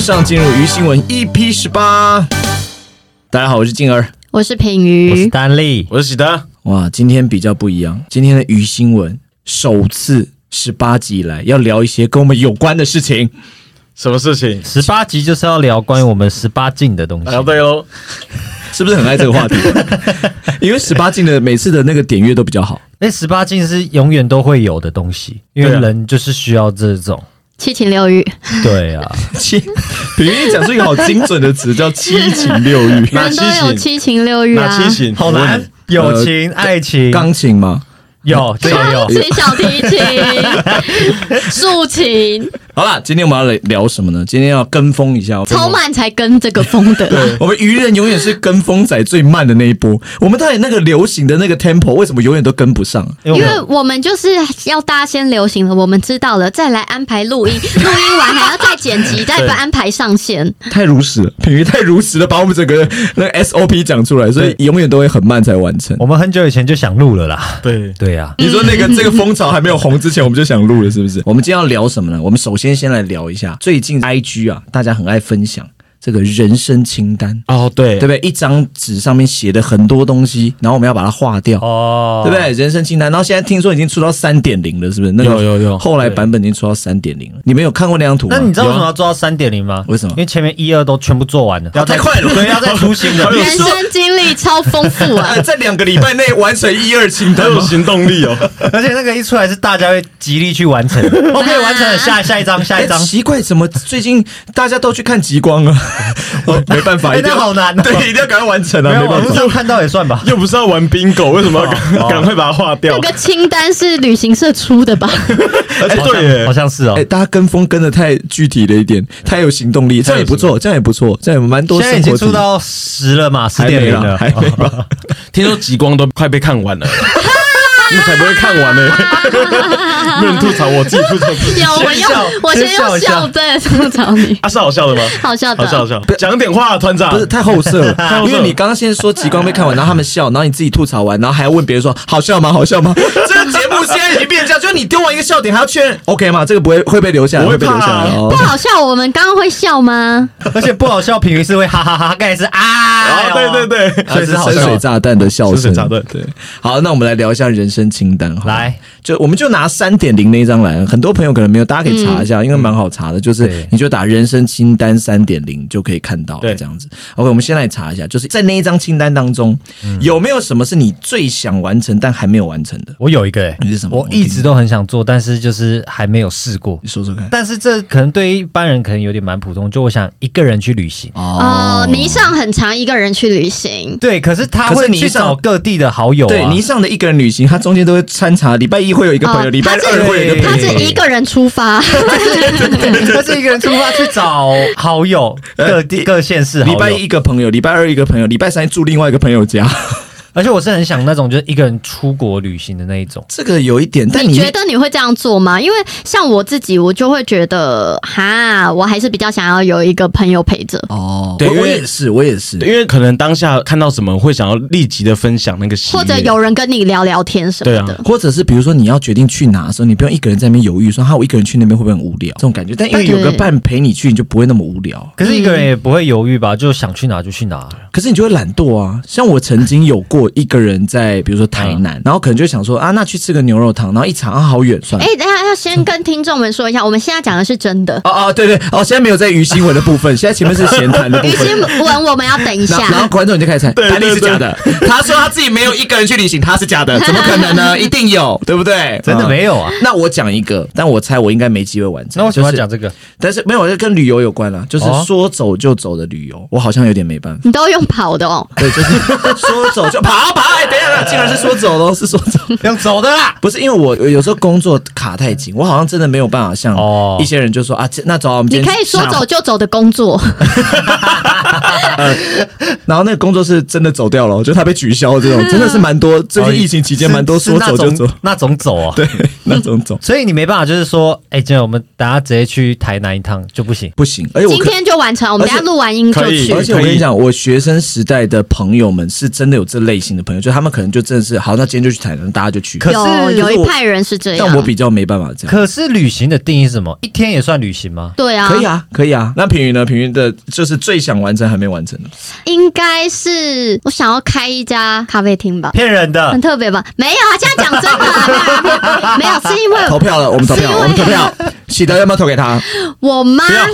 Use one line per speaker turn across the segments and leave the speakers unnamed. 上进入鱼新闻 EP 十八。大家好，我是静儿，
我是品
我是
瑜，
丹利，
我是喜德。哇，今天比较不一样，今天的鱼新闻首次十八集以来要聊一些跟我们有关的事情。
什么事情？
十八集就是要聊关于我们十八禁的东
哎
西。
答对哦喽！
是不是很爱这个话 题？因为十八禁的每次的那个点阅都比较好。
那十八禁是永远都会有的东西，因为
对啊
人就是需要这种。
七情六欲，
对啊，
七，比喻讲出一个好精准的词，叫七情六欲。
哪
人
七
都有
情？
七情六欲
哪
啊。
七情？
好
呃
我问
难
你。，
友情、爱 情，
钢琴嘛，
有这
啊
也有
钢琴、小提琴、竖琴，
好啦，今天我们要来聊什么呢？今天要跟风一下，
超慢才跟这个风的啦。
我们愚人永远是跟风仔最慢的那一波。我们到底那个流行的那个 tempo 为什么永远都跟不上？
因
因
为
为我们就是要大家先流行了，我们知道了，再来安排录音，录音完还要再剪辑，再把安排上线。
太如实了，品瑜太如实的把我们整个 那个 SOP 讲出来，所以永远都会很慢才完成。
我们很久以前就想录了啦。
对，
对啊，
你说那个这个风潮还没有红之前，我们就想录了，是不是？我们今天要聊什么呢？我们首先先来聊一下最近 IG 啊，大家很爱分享这个人生清单，
哦，对
对不对？一张纸上面写的很多东西，然后我们要把它划掉。
哦，
对不对？人生清单，然后现在听说已经出到三点零了，是不是？那个
有有有
后来版本已经出到三点零了。你们有看啊过那张图吗？
那你知道为什么要做到三点零吗？
为什么
因为前面一二都全部做完了，要再
太快了
对，要再 出新的。
有
人
说
生经历超丰富 啊
哎，！在两个礼拜内完成一二清
很
单
有
吗？
行动力哦。
而且那个一出来是大家会极力去完成 ，OK，完成了下下一张，下
哎
一张，
奇怪，怎么最近大家都去看极光啊？ 我没办法，
哎
一定要
那好难哦
对，一定要赶快完成
没
啊啊，没
有
办
网络
法。
上看到也算吧。
又不是要玩 bingo，为什么要赶赶快把它划掉
那？个清单是旅行社出的吧？
而
好
且
像
对耶
好，像是哦
哎，。大家跟风跟的太具体了一点，太有行动力，这样也不错，这样也不错，这样有蛮多
现在已
生
经
活
出
体验。
到十了嘛，十
还
点
没
零
啦，
了，
还没吧？
听说极光都快被看完了，你才不会看完呢。没人吐槽，我自己吐槽自己。
有，我
先
用
笑
我先
先笑
用
一下
笑的吐槽你，
啊，是好笑的吗？
好笑的
好笑，好笑。讲点话，团长
不。是太后 色了，
啊后
因
色
为你刚刚先说极光被看完，然后他们笑，然后你自己吐槽完，然后还要问别人说好笑吗？好笑 吗？这个节目现在已经变这样，就是你丢完一个笑点还要确认 OK 吗？这个不会会被留下来，
我会
被留下来
怕啊
哦
不。好笑。我们刚刚会笑吗？
而且不好笑，平时是会哈哈哈，刚才是啊，
啊，
哦
对对，对，
所以是好
深水
笑。
炸弹的笑
深
声，
水炸弹
对，好，那我们来聊一下人生清单。好了
来，
就我们就拿三点零那一张来，很多朋友可能没有，大家可以查一下，因为蛮好查的，就是
对
你就打人生清单三点零就可以看到了
对
这样子。OK，我们先来查一下，就是在那一张清单当中，有没有什么是你最想完成但还没有完成的？
我有一个欸，
你是什么
我一直都很想做，但是就是还没有试过。
你说说看。
但是这可能对一般人可能有点蛮普通，就我想一个人去旅行。
哦，你一上很长一个人去旅行，
对，可是他
可是
会
你
去
上
找各地的好友啊，
对你上的一个人旅行，它中间都会掺杂，礼拜一会有一个朋友，
哦
礼拜
他是
二会有一个
对
他
朋友
是。一个人出发，
他是一个人出发去找好 友，各地各县市好
呃礼
友。
拜一，个朋友，礼拜二一个朋友，礼拜三住另外一个朋友家，
而且我是很想那种就是一个人出国旅行的那一种。
这个有一点， 但
你
你
觉得你会这样做吗？因为像我自己，我就会觉得，哈，我还是比较想要有一个朋友陪着。
哦，
对
我
因
我
为
也是，我也是，
因为可能当下看到什么会想要立即的分享那个喜悦，
或者有人跟你聊聊天什么
对
的
啊，
或者是比如说你要决定去哪的时候，你不用一个人在那边犹豫说，哈，我一个人去那边会不会很无聊这种感觉。但因为有个
对
伴陪你去，你就不会那么无聊。
可是一个人也不会犹豫吧，就想去哪就去哪。
嗯
可是你就会懒惰啊。像我曾经有过一个人在，比如说台南，
嗯
然后可能就想说啊，那去吃个牛肉汤，然后一尝啊，好远，算了。
哎、等一下要先跟听众们说一下，我们现在讲的是真 的。
哦哦，对对，哦，现在没有在于新闻的部分，现在前面是闲谈的部
于
分。
新闻我们要等一
然
下
后，然后观众就开始猜，
对
台历是
对对
假的。他说他自己没有一个人去旅行，他是假的，怎么可能 呢？一定有，对不对？
真的
啊
没有啊？
那我讲一个，但我猜我应该没机会完成。
那为什么要
就是
讲这个？
但是没有，就跟旅游有关啦，就是
哦
说走就走的旅游，我好像有点没办法。
你都用跑的哦。
对，就是 说走就跑跑。哎，等一下，竟然是说走喽，是说走，
要走的 啦。
不是因为我有时候工作卡太紧，我好像真的没有办法像
哦
一些人就说啊，这那走啊，哎我们今
你
天
可以说
下
走就走的工作，
然后那个工作是真的走掉了，就他被取消这种，
嗯
真的是蛮多。最近疫情期间蛮多
是
说走就是走
那种，那种走啊。
对，那种走
所以你没办法，就是说，哎、今天我们大家直接去台南一趟就不行。
不行。而且我
今
可
天就完成。我们
而且
等一下录完音就
可以
去
而。且我
可以
跟你讲，我学生时代的朋友们是真的有这类型的朋友，就他们可能就真的是好，那今天就去台南，大家就去。
可
有
是
有一
我
派人是这样，
但我比较没办法这样。
可是旅行的定义是什么？一天也算旅行吗？
对啊，
可以啊，可以啊。那平云呢？平云的就是最想完成还没完成的，
应该是我想要开一家咖啡厅吧。
骗人
呃
很
的，
特别吧？没有啊，这样讲真的啊，没有啊没有，是因为
哦
投票了，我们投
是因
票，
为
我们投票，喜德要不要投给他？
我妈
不要，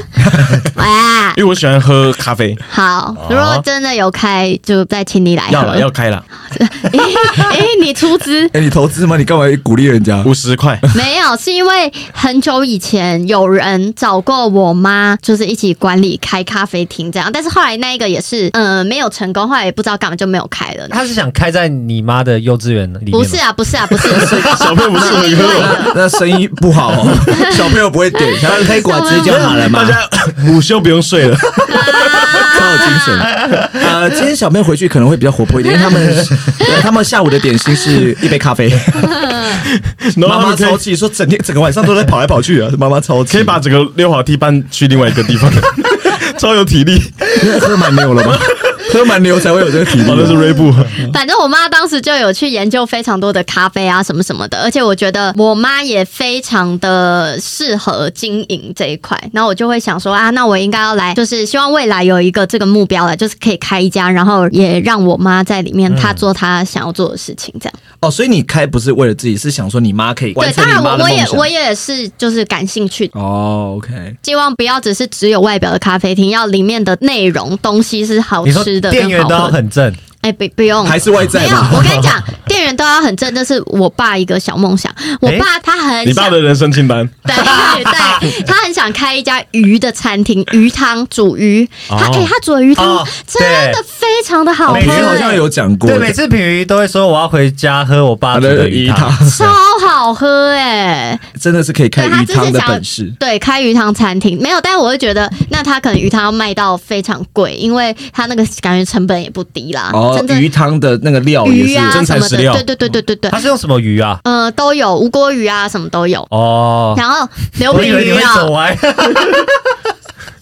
哎，
因为我喜欢喝咖啡，
好，如果真的有开，就再请你来喝。
哦要 了要开了，
哎，你出资
哎、你投资吗？你干嘛鼓励人家？
五十 块，
没有？是因为很久以前有人找过我妈，就是一起管理开咖啡厅这样，但是后来那一个也是，嗯，没有成功，后来也不知道干嘛就没有开了。
他是想开在你妈的幼稚园里面吗？
不是啊，不是啊，不是，是
小朋友不适合
是另外一个
那那生意不好哦，小朋友不会点，他推广直接就好 了嘛
大，家午休不用睡 了，
超有精神。呃，今天小朋友回去可能会比较活泼一点，因为他们对他们下午的点心是一杯咖啡。妈
然后他
妈
们可
超
以
气，说整天整个晚上都在跑来跑去啊，妈妈超气。
可以把整个溜滑梯搬去另外一个地方，超有体力，
喝满牛 了吗？喝满牛才会有这个体力
好的是
啊。
锐步，
反正我妈当时就有去研究非常多的咖啡啊什么什么的，而且我觉得我妈也非常的适合经营这一块。然后我就会想说啊，那我应该要来，就是希望未来有一个这个目标了，就是可以开一家，然后也让我妈在里
嗯
面她做她想要做的事情，这样。
哦，所以你开不是为了自己，是想说你妈可以完
对，
成
当
你
然
妈
我
的
我
梦
也嗯
想。
我也是就是感兴趣。
哦，OK，
希望不要只是只有外表的咖啡厅，要里面的内容东西是好
你说
吃的
店
跟
员
好
都要
喝的。
很正，
哎、不不用，
还是外在
没有，
嘛。
我跟你讲， 店员都要很正，这是我爸一个小梦想。我爸他很
你
想，
爸的人生清
哎
单，
对对，他很想开一家鱼的餐厅，鱼汤煮鱼。他哎、他煮的鱼汤、
哦
真的非常的好喝、
每
平
天
好像有讲过
对，，每次品瑜都会说我要回家喝我爸
他
煮的
的
鱼
鱼
汤
汤。
超好喝哎、
真的是可以开
对他
鱼
之前
汤的
想要
本事。
对，开鱼汤餐厅没有，但我会觉得，那他可能鱼汤要卖到非常贵，因为他那个感觉成本也不低啦。
哦
啊真，的
鱼汤的那个料也
鱼
是
啊
真
什
材
么
实
的，
料
对对对对对对
他，是用什么鱼啊？
呃，都有无锅鱼啊，什么都有。
哦，
然后刘
我
品
以为你
鱼
会
啊
走，歪。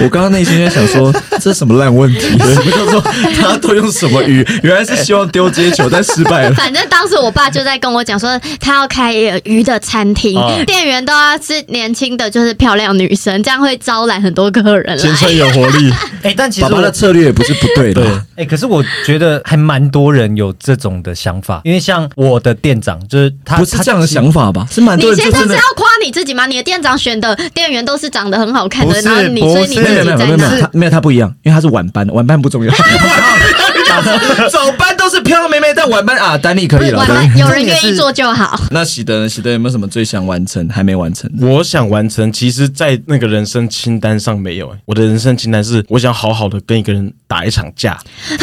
我刚刚内心在想说， 这什么烂 问题？什么叫做他都用什么鱼？原来是希望丢接球，但失 败了。
反正当时我爸就在跟我讲说，他要开鱼的餐厅，
哦
店员都要是年轻的，就是漂亮女生，这样会招揽很多客人
青
来。
春有活力，
哎，但其
爸
实
爸
我
的策略也不是不对的
对，
啊，
哎、可是我觉得还蛮多人有这种的想法，因为像我的店长就是他，
不是这样的
法。
想法吧？是蛮
你
多人
现
就
在
真的
是要夸你自己吗？你的店长选的店员都是长得很好看的，
不是
然后你所以你
不
自
没
是
有
己
没有
在
没有没有
那
他没有他不一样，因为他是晚班，晚班不重要。早班都是漂亮妹妹，但晚班啊，丹尼可以了
晚。
丹
班
妮
有人愿意做就好。
那喜德呢？喜德有没有什么最想完成还没完成的？
我想完成，其实，在那个人生清单上没有、欸。我的人生清单是，我想好好的跟一个人打一场架。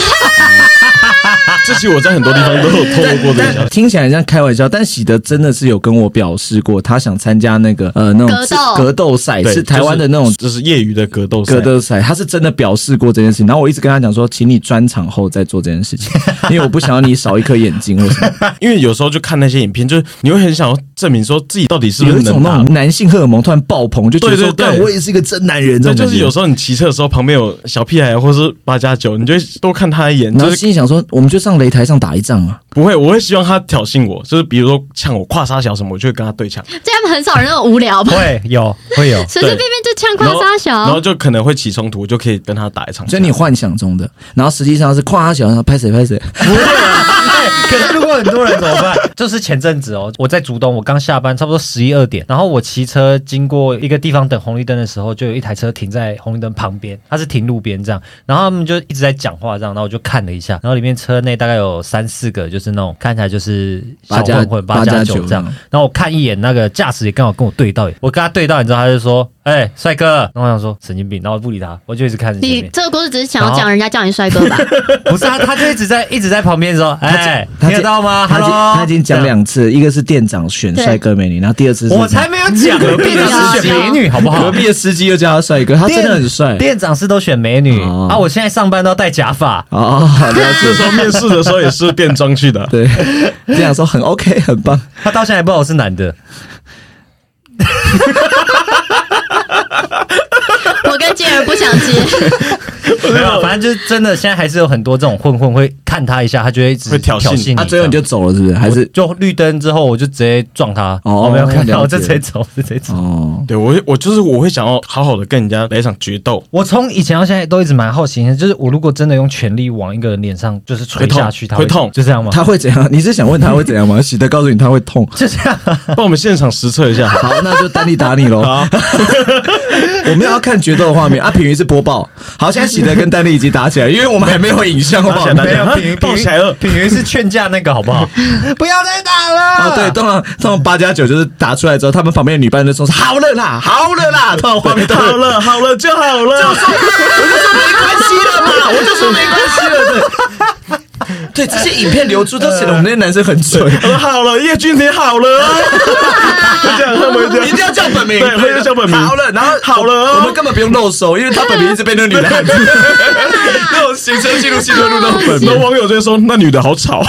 这其实我在很多地方都有透露过这个消息。
听起来很像开玩笑，但喜德真的是有跟我表示过，他想参加那个呃那种
格斗
格斗赛，
对
哎是台湾的那种
就是，就是业余的格斗赛
格。斗赛，他是真的表示过这件事情。然后我一直跟他讲说，请你专场后再做这件事 情，因为我不想要你少一颗眼睛或什么，
因为有时候就看那些影片，就是你会很想要证明说自己到底是 不
有
是
一种
能
那
打。
种男性荷尔蒙突然爆棚，就觉得说，
对对对
干我也是一个真男人，这
对，
种
就是有
感觉。
时候你骑车的时候，旁边有小屁孩或是八加九，你就会多看他一眼，
然
就
后
是
心里想说，我们就上擂台上打一仗啊！
不会，我会希望他挑衅我，就是比如说呛我胯杀小什么，我就会跟他对呛。
这样很少人那种无聊吧？
会有会有，
随随便便就枪夸
然后
沙
然后
小，
就可能会起冲突，我就可以跟他打一场架。
所以你幻想中的，然后实际上是夸他小，然后拍谁拍 谁，
可是如果很多人 怎么办？就是前阵子哦，我在竹东，我刚下班，差不多十一二点，然后我骑车经过一个地方等红绿灯的时候，就有一台车停在红绿灯旁边，它是停路边这样，然后他们就一直在讲话这样，然后我就看了一下，然后里面车内大概有三四个，就是那种看起来就是小混混
八嗯
八
加
加
九
九这样，然后我看一眼那个驾驶也刚好跟我对到眼，我跟他对到眼之后，他就说：“哎、帅哥。”然后我想说神经病，然后我不理他，我就一直看着前
你
面，
这个故事只是想要讲人家叫你帅哥吧？
不是他，啊他就一直在一直在旁边说：“哎、
他
听得到吗
他已经
？Hello，
他已经讲两次，一个是店长选
对
帅哥美女，然后第二次是
我才没有讲，店长是选美女，好不好
隔？壁的司机又叫他帅哥，他真的很帅
店长是都选美女
哦
啊！我现在上班都要戴假发，
哦，好的，，
这时候面试的时候也是变装去的
对，这样说很 OK，很棒。
他到现在还不知道我是男 的。
我跟健儿不想接。
没有，反正就是真的，现在还是有很多这种混混会看他一下，他就会一直
会挑
挑
衅
衅你。
那、最后你就走了，是不是？还
我
是
就绿灯之后，我就直接撞他。
哦
我没有看到，
了
我
解
就直接走，就直接走。
哦，
对我我就是我会想要好好的跟人家来一场决斗，
我从以前到现在都一直蛮好奇，就是我如果真的用全力往一个人脸上就是
会
捶
痛
下去，他
会痛
就这样吗？
他会怎样？你是想问他会怎样吗？喜 德告诉你他会痛。
就这样，
帮我们现场实测一下。
好，那就丹尼打你喽。 我们要看决斗的画面啊，品鱼是播报。好，现在喜德跟丹尼已经打起来，因为我们还没有影像
打
画
起来打起
面。
来
没有
品
品
鱼
鱼，
抱起来了
品鱼是劝架那个，好不 好？不要再打了。
哦，对，通常通常八加九就是打出来之后，他们旁边的女伴就说好了啦，好了啦，通常画面都会
好了好了就好了，
我就说没关系了嘛，我就说没关系了，对。对，这些影片流出都显得我们那些男生很蠢，
我说好了，叶君婷好 了啊，会这样会不会这
一定
样？
要叫本名，
对会叫本名
好了，然后
好了哦
我们根本不用露手，因为他本名一直被那个女的喊住， 那种行车记录器都录到本
很多
名。
网友就会说那女的好吵，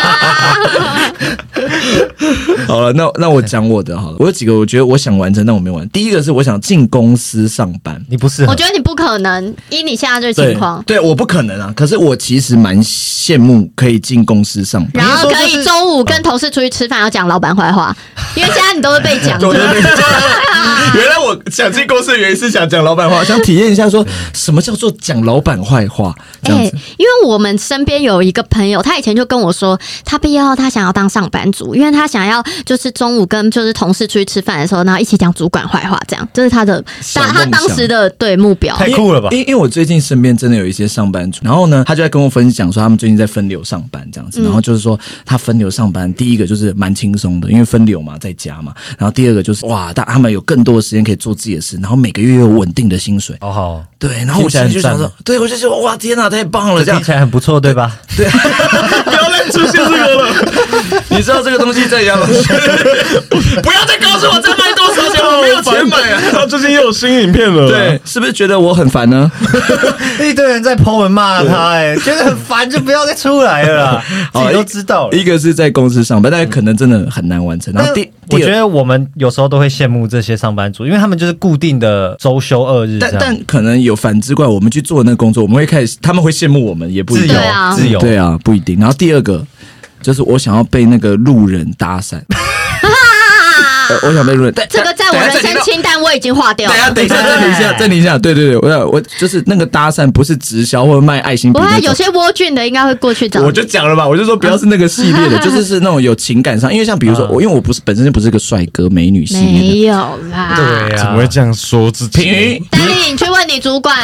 好了，那那我讲我的好了，我有几个我觉得我想完成，但我没完。第一个是我想进公司上班，
你不适合
我。觉得你不可能，依你现在这
对
情况，
对，我不可能啊。可是我其实蛮羡慕可以进公司上班。
然后
你是
可
说就是
以中午跟同事出去吃饭，要讲老板坏 话，因为现在你都会被讲哎
我
的。
原来我想进公司的原因是想讲老板话，想体验一下说什么叫做讲老板坏话这
哎、
样子。
因为我们身边有一个朋友，他以前就跟我说，他毕业后他想要当上班族，因为他想要就是中午跟就是同事出去吃饭的时候，然后一起讲主管坏话，这样，这是他的
小
他
梦
他
想
当时的对目标。
太酷了吧
因因因为我最近身边真的有一些上班族，然后呢，他就在跟我分享说他们最近在分流上班这样
嗯
子，然后就是说他分流上班，第一个就是蛮轻松的，因为分流嘛，在家嘛，然后第二个就是哇，他他们有更多的时间可以做自己的事，然后每个月有稳定的薪水，
好好，
对，然后我
听起来
现在就
很赞
想说，对我就觉得哇，天哪，太棒了，
这
这样
听起来很不错，对吧？
对。
不要再出现这个了，
你知道这个东西在家吗？ 不要再告诉我再卖多少钱，我没有钱买 啊！
然后最近又有新影片了，
对，，是不是觉得我很烦呢？
一堆人在 po 文骂他，哎，觉得很烦，就不要再出来了 啦，自己都知
哦
道了
一。个是在公司上班，但可能真的很难完成。然后
但
第
我
第
觉
二，
得我们有时候都会羡慕这些上班族，因为他们就是固定的周休二日这
但
样，
但可能有反之怪，我们去做那个工作，我们会开始，他们会羡慕我们，也不一
自
定
由
对啊
自由。
对啊，不一定。然后第二个就是我想要被那个路人搭讪， 呃我想被路人，但
这个在我人生清单我已经划掉
等一下，
了。
等一 下，暂停一下，暂停一下。对对对，我想我就是那个搭讪，不是直销或者卖爱心
不
笔那
会，啊
种
有。些窝俊的应该会过去找嗯
我
你。
就讲了吧，我就说不要是那个系 列的，就是是那种有情感上，因为像比如说我，因为我不是本身就不是个帅哥美女系列
啊没
的。
有
啊
啦。
对啊
怎
呀、
么会这样说自己？
平云
丹尼，你去问你主管，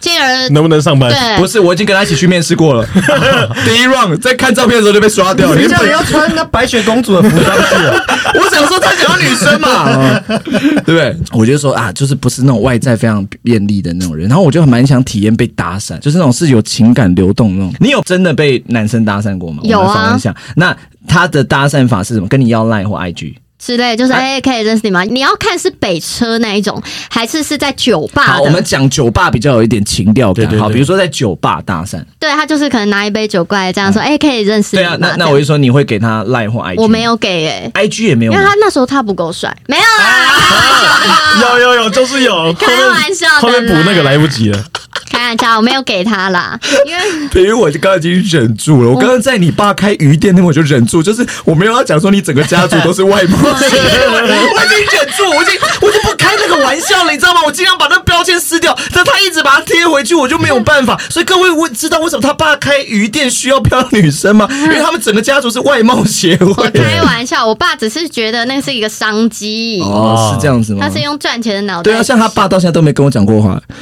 进而
能不能上班？
对啊
不是，我已经跟他一起去面试过 了， 第一 round 在看照片的时候就被刷掉了。因为
要穿那白雪公主的服装去了？
我想说他想要女生 嘛，对不对？我就说啊，就是不是那种外在非常艳丽的那种人，然后我就蛮想体验被搭讪，就是那种是有情感流动的那种。你有真的被男生搭讪过吗？
有啊
我们来访问一下，那他的搭讪法是什么？跟你要 line 或 IG？
之类，就是哎、可以认识你吗？你要看是北车那一种，还是是在酒吧
好，我们
啊的？
讲酒吧比较有一点情调感。
对对对
好，比如说在酒吧搭讪，
对他就是可能拿一杯酒过来这样说，哎、可以认识
对
你
啊
吗？，
那
这
那
样
我就说你会给他 line 或 IG，
我没有给哎、
，IG 也没有
因为，他那时候他不够帅，没有
啊
啦，
有有有，就是有，
开玩笑的啦
后面后面补那个来不及了，
开玩笑，我没有给他啦，因为
因为我刚刚已经忍住了，我刚刚在你爸开鱼店那会我就忍住，就是我没有要讲说你整个家族都是外貌 协会，我已经忍住，我已经我就不开那个玩笑了，你知道吗？我尽量把那个标签撕掉，但他一直把它贴回去，我就没有办法。所以各位，我知道为什么他爸开鱼店需要漂亮女生 吗？因为他们整个家族是外貌协
我
会。
开玩笑，我爸只是觉得那是一个商机。
哦，是这样子吗？
他是用赚钱的脑袋，
对啊，像他爸到现在都没跟我讲过 话。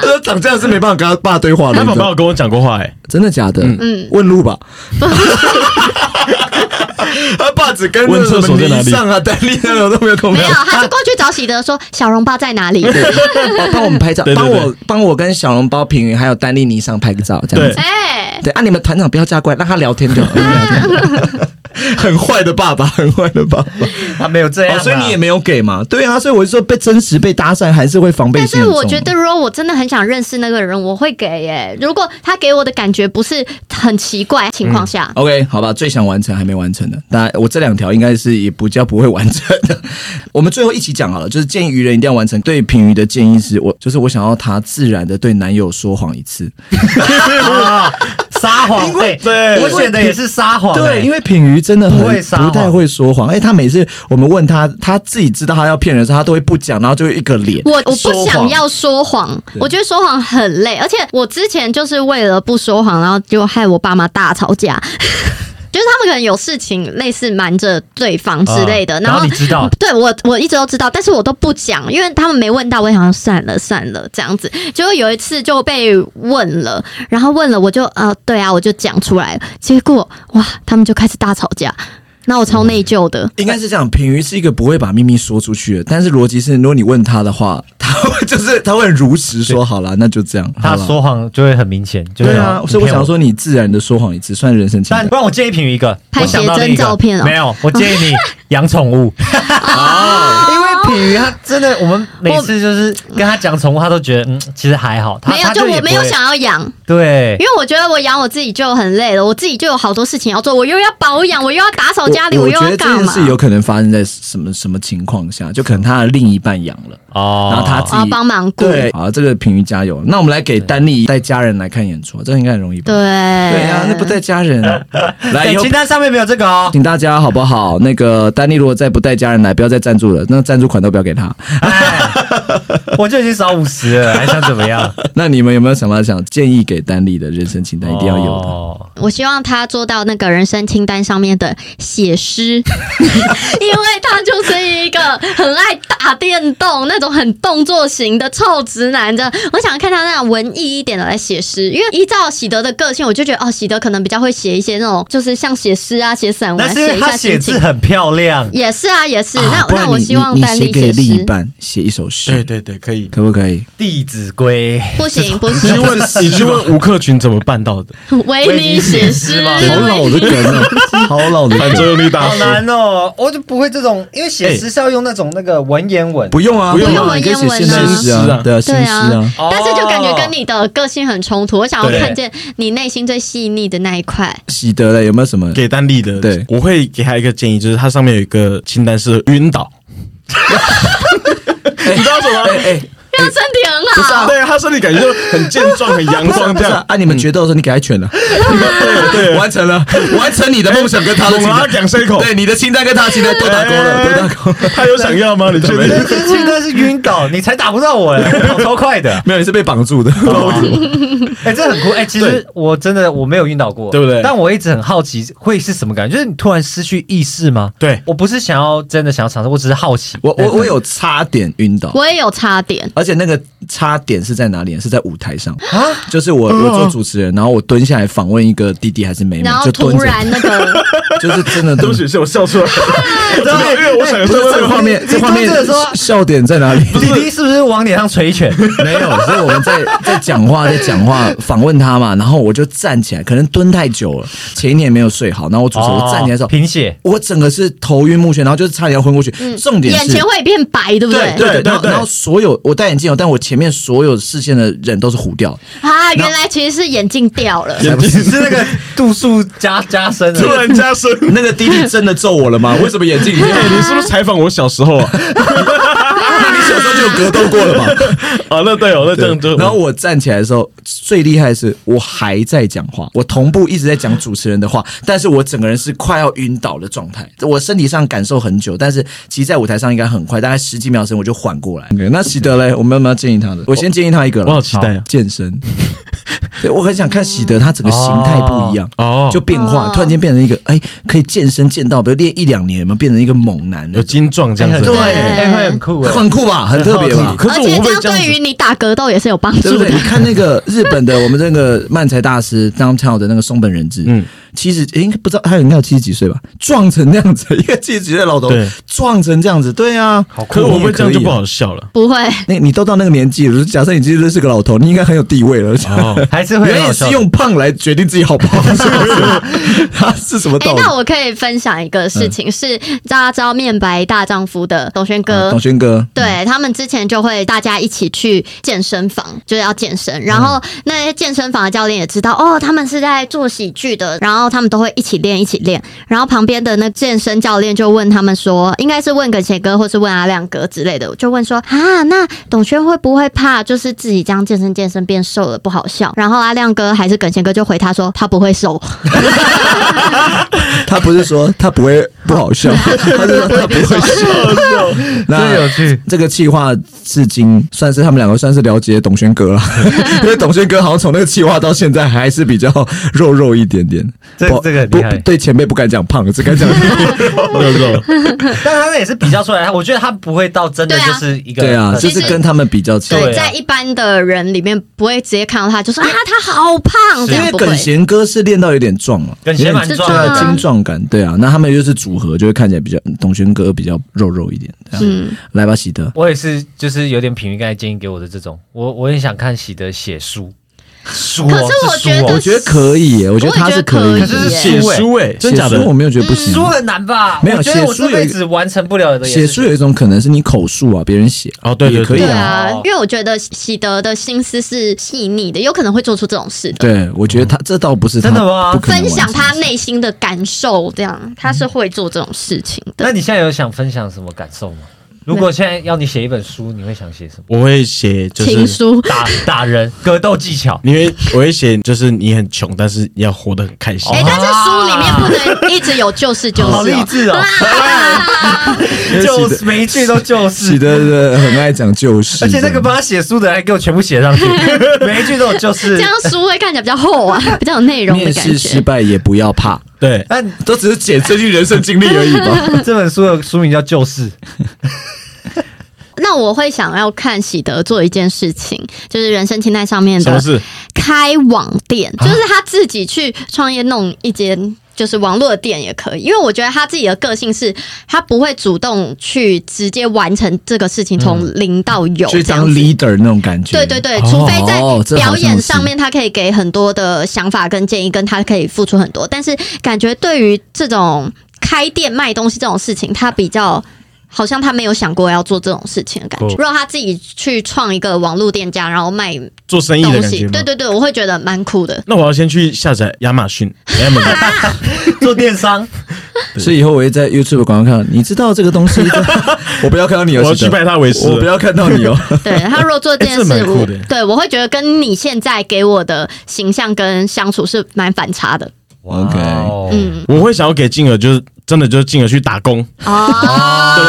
他说长这样是没办法跟他爸对话的，
他
你
爸
知道
爸有跟我讲过话哎、
真的假的？嗯，问路吧。他爸只跟
问厕所在哪里
上啊、丹立那种都没有跟我
没
们
有，
讲。
他是过去找喜德说小笼包在哪里？
帮帮我们拍照，
对对
帮
对
我帮我跟小笼包、平云还有丹立尼上拍个照，这样子。
哎、
对啊，你们团长不要加怪，让他聊天就好。很坏的爸爸，很坏的爸爸。
他没有这样、
哦，
啊
所以你也没有给嘛？对啊，所以我就说被真实被搭讪还是会防备
但
心
是
很重。
我觉得，如果我真的很想认识那个人，我会给耶、如果他给我的感觉不是很奇怪的情况下，
OK，好吧，最想完成还没完成的，那我这两条应该是也不叫不会完成的。 我们最后一起讲好了，就是建议愚人一定要完成。对平鱼的建议是我，就是我想要他自然的对男友说谎一次。
啊撒谎，对
对
我选的也是撒谎、欸
对，因
为
为品瑜真的很
不会撒谎
太会说谎，哎，他每次我们问他，他自己知道他要骗人的时候，他都会不讲，然后就会一个脸。
我我不
说
想
谎
要说谎，我觉得说谎很累，而且我之前就是为了不说谎，然后就害我爸妈大吵架。 就是他们可能有事情类似瞒着对方之类的，
啊然后
后
你知道
对我我一直都知道，但是我都不讲，因为他们没问到，我也想说算了算了这样子。结果有一次就被问了，然后问了我就呃对啊，我就讲出来了，结果哇，他们就开始大吵架，那我
嗯
超内疚的。
应该是这样，品瑜是一个不会把秘密说出去的，但是逻辑是，如果你问他的话，他会 就是他会很如实说，好啦，那就这样。
他
好啦
说谎就会很明显，就是
对啊，
你
所以我
骗
想说，你自然的说谎一次，算人生清
但
单。
不然我建议品瑜一个，
拍
我想到
写
另一
真
个
照片哦
没有，我建议你养宠物，
哦
因为品瑜他真的，我们每次就是跟他讲宠物，他都觉得嗯，其实还好，他
没有，
他
就
也
我
不会
没有想要养，
对
因。为我觉得我养我自己就很累了，我自己就有好多事情要做，我又要保养，我又要打扫哦家里，
我
又
觉
要
得
干
这件
嘛？
事有可能发生在什么什么情况下？就可能他的另一半养了，
哦
然后他自
我要
己
帮忙顾
对，好，这个品瑜加油。那我们来给丹妮带家人来看演出，这个应该很容易吧？
对
对啊，那不带家 人，来
对
以后
清单上面没有这个哦。
请大家好不好？那个丹妮如果再不带家人来，不要再赞助了，那赞助款都不要给他。
哎，我就已经少五十了，还想怎么 样？
那你们有没有什么想建议给丹妮的人生清单？一定要有的。
哦
我希望他做到那个人生清单上面的 写诗，因为他就是一个很爱打电动那种很动作型的臭直男的。我想看他那样文艺一点的来写诗，因为依照喜德的个性，我就觉得哦，喜德可能比较会写一些那种就是像写诗啊、写散文
那
啊、
是因
写
为
一
他
下
写
心
字
情。
很漂亮，
也是啊，也是。
啊不
那
然
那我
你
希望
你
丹
你写
妮
给
写
另一
诗，
半写一首诗，
对对对，可以。
可不可以？
《弟子规》
不行不
你去
行，
问，你去问吴克群怎么办到的？
维尼写诗
吗
好老的梗 哦，好哎老的
反作
梗。
用力大
好
师，
难哦，我就不会这种，因为写诗是要用那种那个文言文，
不用啊，
不用
啊
啊
你可以写现代诗
文言文
啊
啊，
对啊，新
对
诗
啊
啊。，
但是就感觉跟
你
你的个性很冲突。我想要
对
看见你内心最细腻的那一块。
喜得了有没有什么？
给丹立的，
对
我会给他一个建议，就是它上面有一个清单是晕倒， 你知道什么？
哎，
他身体很好，
对，他身体感觉就很健壮、很阳
不是啊
光
不
这
是啊
样。
啊！你们决斗的时候，你给他拳了，
啊
对对，完成了，完成你的梦想跟他的
我
清
拉
单，
两声口，
对你的清单跟他的清单都打勾了，都打勾了。。
他有想要吗？你确 定？
真的是晕倒，你才打不到我嘞， 我跑超快的
没有，你是被绑住的。
哎、这很酷哎、其实
对
我真的我没有晕倒过，
对不对
但我一直很好奇会是什么感觉，就是你突然失去意识吗？
对
我不是想要真的想要尝试，我只是好奇。
我我我有差点晕倒，
我也有差点。
而且那个差点是在哪里？是在舞台上
啊
就是我我做主持人，然后我蹲下来访问一个弟弟还是妹妹
然，后
就
突
蹲着，
然那 个，
就是真的
对
蹲
不起，是我笑 出来，因为我想
不
说
是这个画面，这画面笑点在哪里？
弟弟是不是往脸上捶一拳？
没有，所以我们在在讲话，在讲话访问他嘛，然后我就站起来，可能蹲太久了，前一年没有睡好，然后我主持人我站起来的时候，
哦 贫血，
我整个是头晕目眩，然后就是差点要昏过去。重点
嗯眼
是
前。会变白，对不
对对
对
然后
对
然后所有我戴眼镜哦，但我前面所有视线的人都是糊掉，
啊，原来其实是眼镜掉了。
你是那个度数加加深
突
了。
然加 深。
那个弟弟真的揍我了吗？为什么眼镜里面？
哎，你是不是采访我小时候啊？
你小时候就有格斗过了吧？
啊，那对哦，那这样就
然后我站起来的时候，最厉害的是我还在讲话，我同步一直在讲主持人的话，但是我整个人是快要晕倒的状态，我身体上感受很久，但是其实在舞台上应该很快，大概十几秒的时间我就缓过来。那喜德嘞，我们有没有建议他的？我先建议他一个了，
我好期待啊
健身。对，我很想看喜德他整个形态不一样
哦
就变化
哦，
突然间变成一个哎，可以健身健到，比如练一两年，有没有变成一个猛男
有
了？
精壮这样子。
对，
对
哎、会很酷 哎、
很酷吧，很特别吧？
可
而
是我
且
会不
这
会
样
这样
对
子
于你打格斗也是有帮
对
助
不对？
的
你。看那个日本的，我们那个漫才大师 Downtown 的那个松本人志，嗯
嗯，
七十应该不知道他应该有七十几岁吧，撞成那样子，一个七十几岁的老头
对
撞成这样子，对啊，好
可是我会这样就不好笑了。
不会，
那你都到那个年纪了，假设你其实是个老头，你应该很有地位了。
哦，
还是是会很
原
好
来
笑
是
的。
用胖来决定自己好不好，是不是？他是什么
哎、
道理？
那我可以分享一个事情，是大家知道《面白大丈夫》的董轩哥，
嗯董轩哥，
对他们之前就会大家一起去健身房，就是要健身。然后那些健身房的教练也知道，哦，他们是在做喜剧的，然后他们都会一起练，一起练。然后旁边的那健身教练就问他们说，应该是问耿贤哥或是问阿亮哥之类的，就问说啊，那董轩会不会怕就是自己这样健身健身变瘦了不好笑？然后阿亮哥还是耿贤哥就回他说他不会瘦，
他不是说他不会不好 笑，他是说他不会笑。
真有趣
这个企划至今算是他们两个算是了解董轩哥 了，因为董轩哥好像从那个企划到现在还是比较肉肉一点点。
这
不
这个很
不
厉害
对前辈不敢讲胖，只敢讲
肉肉，
但他那也是比较出来，我觉得他不会到真的就是一 个
对啊，就
其实
是跟他们比较起来。
对
对，
啊
在一般的人里面不会直接看到他，就说啊，他好胖，
因
这样
为
不会
耿。贤哥是练到有点壮了，
耿贤蛮
有点
壮
的
对精壮感，对啊。那他们又是组合，就会看起来比较董轩哥比较肉肉一点。这样
嗯，
来吧，喜德，
我也是，就是有点品于刚才建议给我的这种，我我很想看喜德写书，书、哦，
啊
可是我
书
觉
哦
得
我觉得可以耶，我觉得他是以
我
的
也觉得可以可是
写书哎，真假
写
的
书我？没有觉
嗯
得不行
书
啊。
很难吧？
没有
我觉得我
写书有
这
一
辈子完成不了的也
写
是
书有一种可能是你口述啊，别人写
哦对对
也可以
对
啊。
啊
哦，
因为我觉得喜德的心思是细腻的，有可能会做出这种事的。
对，嗯我觉得他这倒不是他
真的吗
不可能
分享
完成
他内心的感受，这样他是会做这种事情的。
那你现在有想分享什么感受吗？如果现在要你写一本书，你会想写什么？
我会写就
情
是。
书，
打打人、格斗技巧。
因为我会写，就是你很穷，但是要活得很开心
哎、。
哦
但是书里面不能一直有就是就是、
好励
哦。
志哦！就是每一句都就
喜
是，
德的很爱讲旧事，
而且那个帮他写书的人还给我全部 写上去，每一句都有就 是
这。样书会看起来比较厚啊，比较有内容的
面
感
试失
觉。
败也不要怕，
对，
但
都只是写这句人生经历而已吧。
哎这本书的书名叫《就是》，
那我会想要看喜德做一件事情，就是人生清单上面
什么
的
事？
开网店，
啊
就是他自己去创业弄一间。就是网络的店也可以，因为我觉得他自己的个性是，他不会主动去直接完成这个事情，从零到有
嗯去
这样
当
子。
leader 那种感觉。
对对对，
哦
除非在
这好
表
像
演
是
上面，他可以给很多的想法跟建议，跟他可以付出很多。但是感觉对于这种开店卖东西这种事情，他比较。好像他没有想过要做这种事情的感觉。
哦
不
如果他自己去创一个网络店家，然后卖
做生意的
东
感
西
觉，吗
对？对对，我会觉得蛮酷 的。
那我要先去下载亚马逊哎 Amazon
做电商，
所以以后我会在 YouTube 广告看到，你知道这个 东西，我不要看到你哦，
我要
喜德
去拜他为师
我不要看到你 哦。
对他如果做这件
哎这
事，
蛮
我
酷的
对我会觉得跟你现在给我的形象跟相处是蛮反差的。
OK
哦
嗯，
我会想要给静儿，就是真的就是静儿去打工，
哦，
对，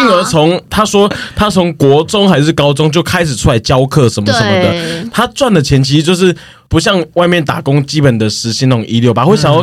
因为静儿从她说她从国中还是高中就开始出来教课什么什么的，
对，
她赚的钱其实就是不像外面打工基本的时薪那种一六八，会想要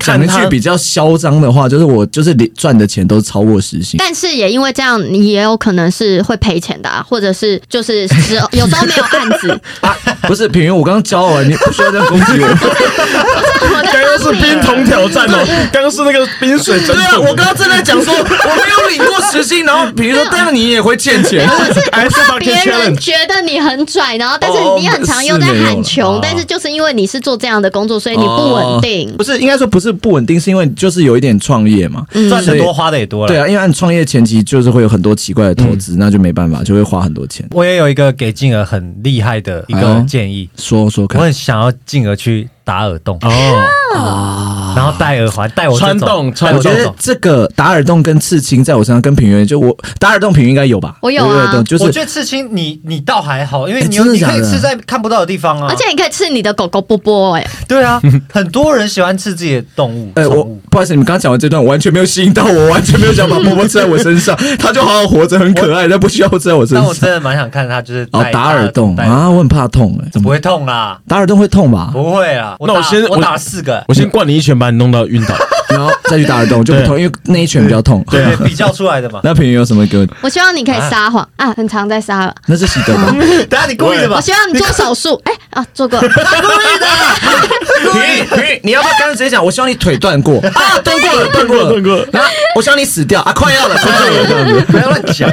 讲
看
一句
她
比较嚣张的话，就是我就是连赚的钱都超过时 薪。
但是也因为这样，你也有可能是会赔钱的、啊，或者是就是只 有有时候没有案子。
啊不是，品云，我刚刚教完，你不需要这样攻击我。
我在
刚刚是
帮你
冰桶挑战哦，刚刚是那个冰水整桶。
对啊，我刚刚正在讲 说我没有领过时薪，然后比如
啊
说，但是你也会欠钱。
还哎是
别
bucket
人
challenge，
觉得你很拽，然后但是
哦
你很常又在喊
哦
穷，但是就是因为你是做这样的工作，所以你不
哦
稳定
不。是应该说不是不稳定，是因为就是有一点创业嘛。
嗯
赚
所
的
以
多，花的也多了。
对啊，因为按创业前期就是会有很多奇怪的投资，
嗯
那就没办法，就会花很多钱。
我也有一个给静儿很厉害的一
哎
个
呦
建议，
说说
我
看，
很想要静儿去打耳洞，
哦，
然后戴耳环，戴我这
穿
种
洞
戴
穿
我
我
觉
这
得
种。
这个打耳洞跟刺青在我身上跟品云，就我打耳洞品云应该有吧？
我有啊
耳洞就
我
是
觉得刺青你你倒还好，因为
哎
你有
真的
你可
假
以
的
刺在看不到的地方
哦
啊。
而且你可以吃你的狗狗波波、哎，
对啊，很多人喜欢刺自己的动物。
哎、
宠
我
物
不好意思，你们刚刚讲完这段，我完全没有吸引到我，完全没有想把波波刺在 我身上，他就好好活着，很可爱，但不需要刺在我身
但我
上。
真的蛮想看他就是
哦
戴，
打耳洞，
戴戴
啊，我很怕痛哎、怎
不
么
会痛啦，
打耳洞会痛吧？
不会啦。
那
打
我先
我
我
打了四个，
我先灌你一拳，把你弄到晕倒。
然后再去打耳洞就不痛，因为那一拳比较痛。
对啊对，比较出来的嘛。
那品云有什么给我？
我希望你可以撒谎啊很常在撒谎。
那是喜德 吧？
等下你故意的吧
我？希望你做手术，哎、啊，做过，
品云，品云，你要不要干脆直接讲？我希望你腿断过啊，断过了，断过了，
过
然后我想你死掉 啊，快要了，快要了这样子。
不要乱讲。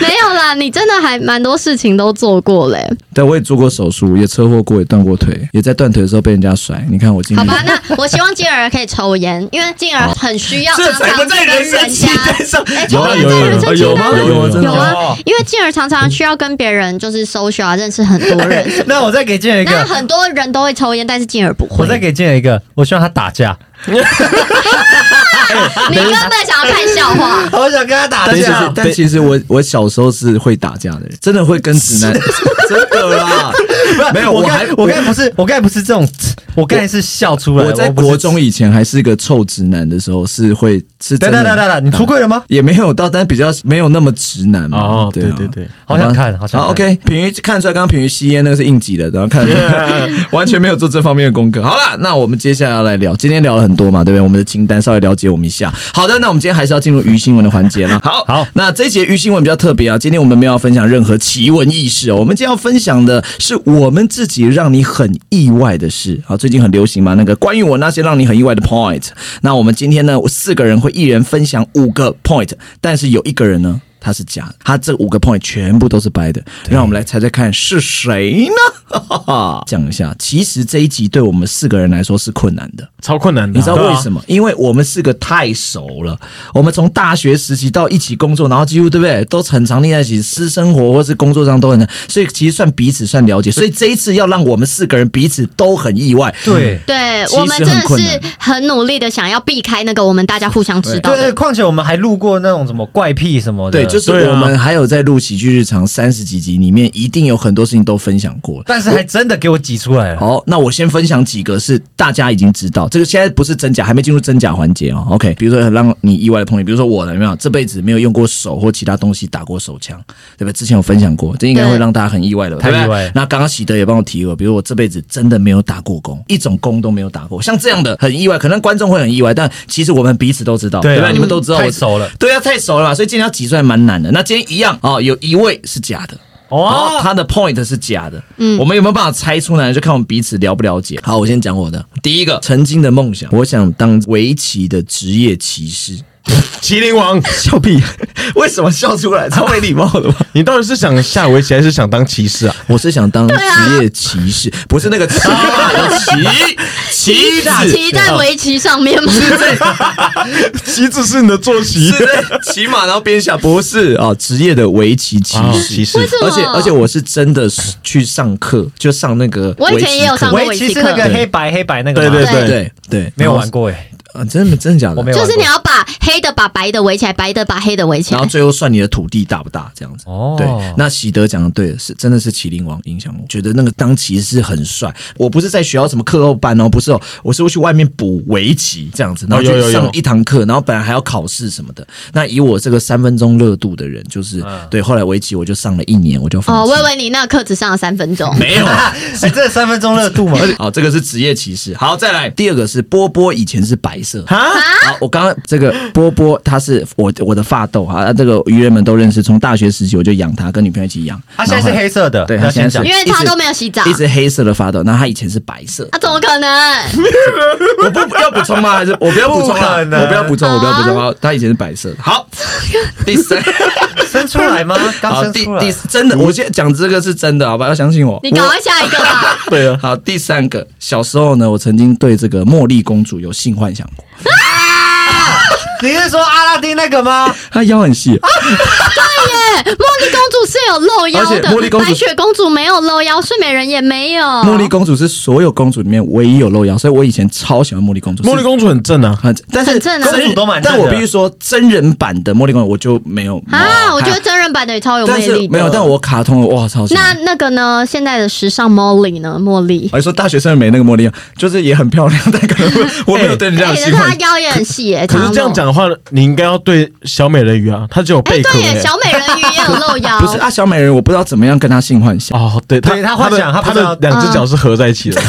没有啦，你真的还蛮多事情都做过嘞。
对，我也做过手术，也车祸过，也断过腿，也在断腿的时候被人家甩。你看我今
好
天，
吧，那我希望静儿可以抽烟，因为静儿很需要
这
常
才不
常
在
跟
人生
人
清
家。
单上。
哎，
有
抽
啊
烟
有
在
啊
人
有啊
生
有
清单
吗？有啊真的
有
吗。
啊，因为静儿常常需要跟别人就是 social 啊，认识很多人。
那我再给建一
那
个，
很多人都会抽烟，但是静儿不
我
会。
再给建一个，我希望他打架，
你根本想要看笑话。
我想跟他打
但其实
架，。
但其实我我小时候是会打架的人，真的会跟直男， 真的啦。 没有，
我
我
刚
还
我刚才不是我刚才不是这种，我刚才是笑出来。
我在
不是
国中以前还是一个臭直男的时候，是会是
等
真
等
的。啊
等等等，你出柜了吗？
也没有到，但比较没有那么直男嘛。
哦
对啊
对对对
吧
好想看好想看
OK，品瑜看出来，刚刚品瑜吸烟那个是应急的，然后看 完全没有做这方面的功课。好啦，那我们接下来要来聊，今天聊了很多嘛，对不对？我们的清单稍微了解我们一下。好的，那我们今天还是要进入鱼新闻的环节了。好，
好
那这一节鱼新闻比较特别啊，今天我们没有要分享任何奇闻异事哦，我们今天要分享的是我们自己让你很意外的事。好，最近很流行嘛，那个关于我那些让你很意外的 point。那我们今天呢，我四个人会一人分享五个 point，但是有一个人呢。他是假的，他这五个 point 全部都是掰的，让我们来猜猜看是谁呢？ 哈哈哈讲一下，其实这一集对我们四个人来说是困难的，
超困难的
你
啊，
知道为什
么？
么？因为我们四个太熟了，我们从大学时期到一起工作，然后几乎对不对，都很常腻在一起，私生活或是工作上都很常，所以其实算彼此算了解。所以这一次要让我们四个人彼此都很意外，嗯
对
对
其实
我们真的
很困
是很努力的想要避开那个我们大家互相知道
嗯对对，
的。
况且我们还路过那种什么怪癖什么的，
对，就是
对啊
我们还有在录喜剧日常三十几集里面，一定有很多事情都分享过。
但是还真的给我挤出来了。
好，那我先分享几个是大家已经知道，这个现在不是真假，还没进入真假环节哦。OK，比如说很让你意外的碰友，比如说我的有没有这辈子没有用过手或其他东西打过手枪，对吧？之前有分享过，这应该会让大家很意外的吧，
嗯
对
对
不对
太意外了
那刚刚喜德也帮我提了，比如我这辈子真的没有打过工，一种工都没有打过，像这样的很意外，可能观众会很意外，但其实我们彼此都知道，
对
对吧？
嗯
你们都知道我
太熟了，
对啊，太熟了嘛，所以今天要挤出来蛮难的。那今天一样哦，有一位是假的。哦，
哦，
他的 point 是假的，嗯，我们有没有办法猜出来，就看我们彼此了不了解。好，我先讲我的第一个曾经的梦想，我想当围棋的职业棋士。
麒麟王，
笑屁， 为什么笑出来？超没礼貌的吧？
你到底是想下围棋还是想当骑士 啊？
我是想当职业骑士，不是那个骑马 的骑棋子，
骑在围棋上面吗？
棋子是你的坐骑
是在骑马然后边下，不是啊，职业的围棋骑
啊，
哦
士。
骑士
为什么？
而且而且我是真的去上课，就上那个
我以
围
前
棋
也有上
课
过
围棋是那个黑白黑白那个
对
吗？
对
对
对，
对对，
没有玩
过。
过哎，
啊，真的真的假的？
我没有玩过。
就是你要把黑的把白的围起来，白的把黑的围起
然
来
后。最后算你的土地大不大这样子。
哦
对，那喜德讲的对，是真的是麒麟王影响我，觉得那个当骑士很帅。我不是在学校什么课后班哦，不是哦，我是会去外面补围棋这样子，然后
有有
就
有
上一堂课，然后本来还要考试什么的。那以我这个三分钟热度的人，就是对，后来围棋我就上了一年，我就
哦，
放弃
我以。为你那个课只上了三分钟。
没有，
哎，这三分钟热度 嘛，
好，这个是职业歧视。好，再来第二个是波波，以前是白色。
哈，
好，啊我刚刚这个波波，他是我我的发豆啊，这个渔人们都认识，从大学时期我就养他，跟女朋友一起养。
他现在是黑色的，
对，
不
他
要
现在
先
是
讲
因为他都没有洗澡
一直黑色的发豆，那他以前是白色。
啊，怎么可能？
我不要补充吗？还是我不要补充
不
了？
可能
我不要补充，我不要补充。好，啊他以前是白色的。好， 第三，
生出来 吗？刚
好，
生
第
出来
第。真的，我现在讲这个是真的，好吧？要相信我。
你赶快下一 个吧。
对啊了，好，第三个，小时候呢，我曾经对这个茉莉公主有性幻想过，
你是说阿拉丁那个 吗？
她腰很细，
耶，茉莉公主是有露腰
而且
的，
茉莉公主
白雪公主没有露腰，睡美人也没有。
茉莉公主是所有公主里面唯一有露腰，所以我以前超喜欢茉莉公主。
茉莉公主很正啊，
很，但是
很正啊
真
公主都蛮正
但
的
我必须说，真人版的茉莉公主我就没有
啊，我觉得
还
真人版的也超有
但
魅力
是
的。
没有，但我卡通哇超喜欢
那那个呢？现在的时尚 Molly 呢？茉莉，
我就说大学生没那个茉莉，啊就是也很漂亮，但可能我我没有对人家
哎
有
可是
兴
她
奋。
腰也很细耶。
可是这样讲的话，你应该要对小美人鱼啊，她只有
常露，哎，
贝壳
对耶，
欸
小美人鱼也有露腰。
不是啊，小美人，我不知道怎么样跟她性幻想，
哦，对，她
对她幻
的
想她不
她
知道
的两只脚是合在一起的，
啊，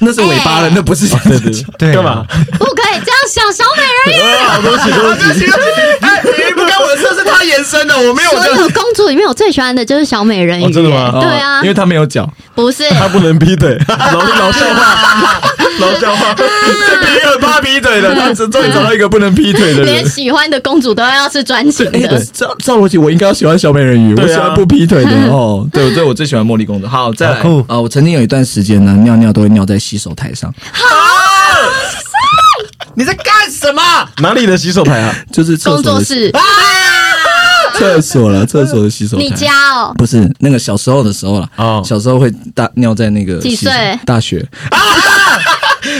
那是尾巴了，
哎
那 不是。
对对对，
对啊
干嘛？
不可以这样想，小美人鱼。
你不跟我说是她延伸的，我没
所有公主里面，我最喜欢的就是小美人鱼。
哦真的吗
对啊
因，为她没有脚。
不是。
她不能劈腿，老老笑话，老笑话，这劈很怕劈
劈腿了，他只终于找到一个不能劈腿的人
连。喜欢的公主都要是专情
哎，
的。
照照逻辑，我应该要喜欢小美人鱼，
对啊
我喜欢不劈 腿的哦。对，我对我最喜欢茉莉公主。好，再来
好，酷
啊、我曾经有一段时间呢，尿尿都会尿在洗手台上，
你在干什么？
哪里的洗手台啊？
就是厕
工
所
作
的
室，
啊
厕所了，厕所的洗手台。
你家哦，
不是那个小时候的时候啦，
哦
小时候会大尿在那个
几
洗手
岁
大学 啊，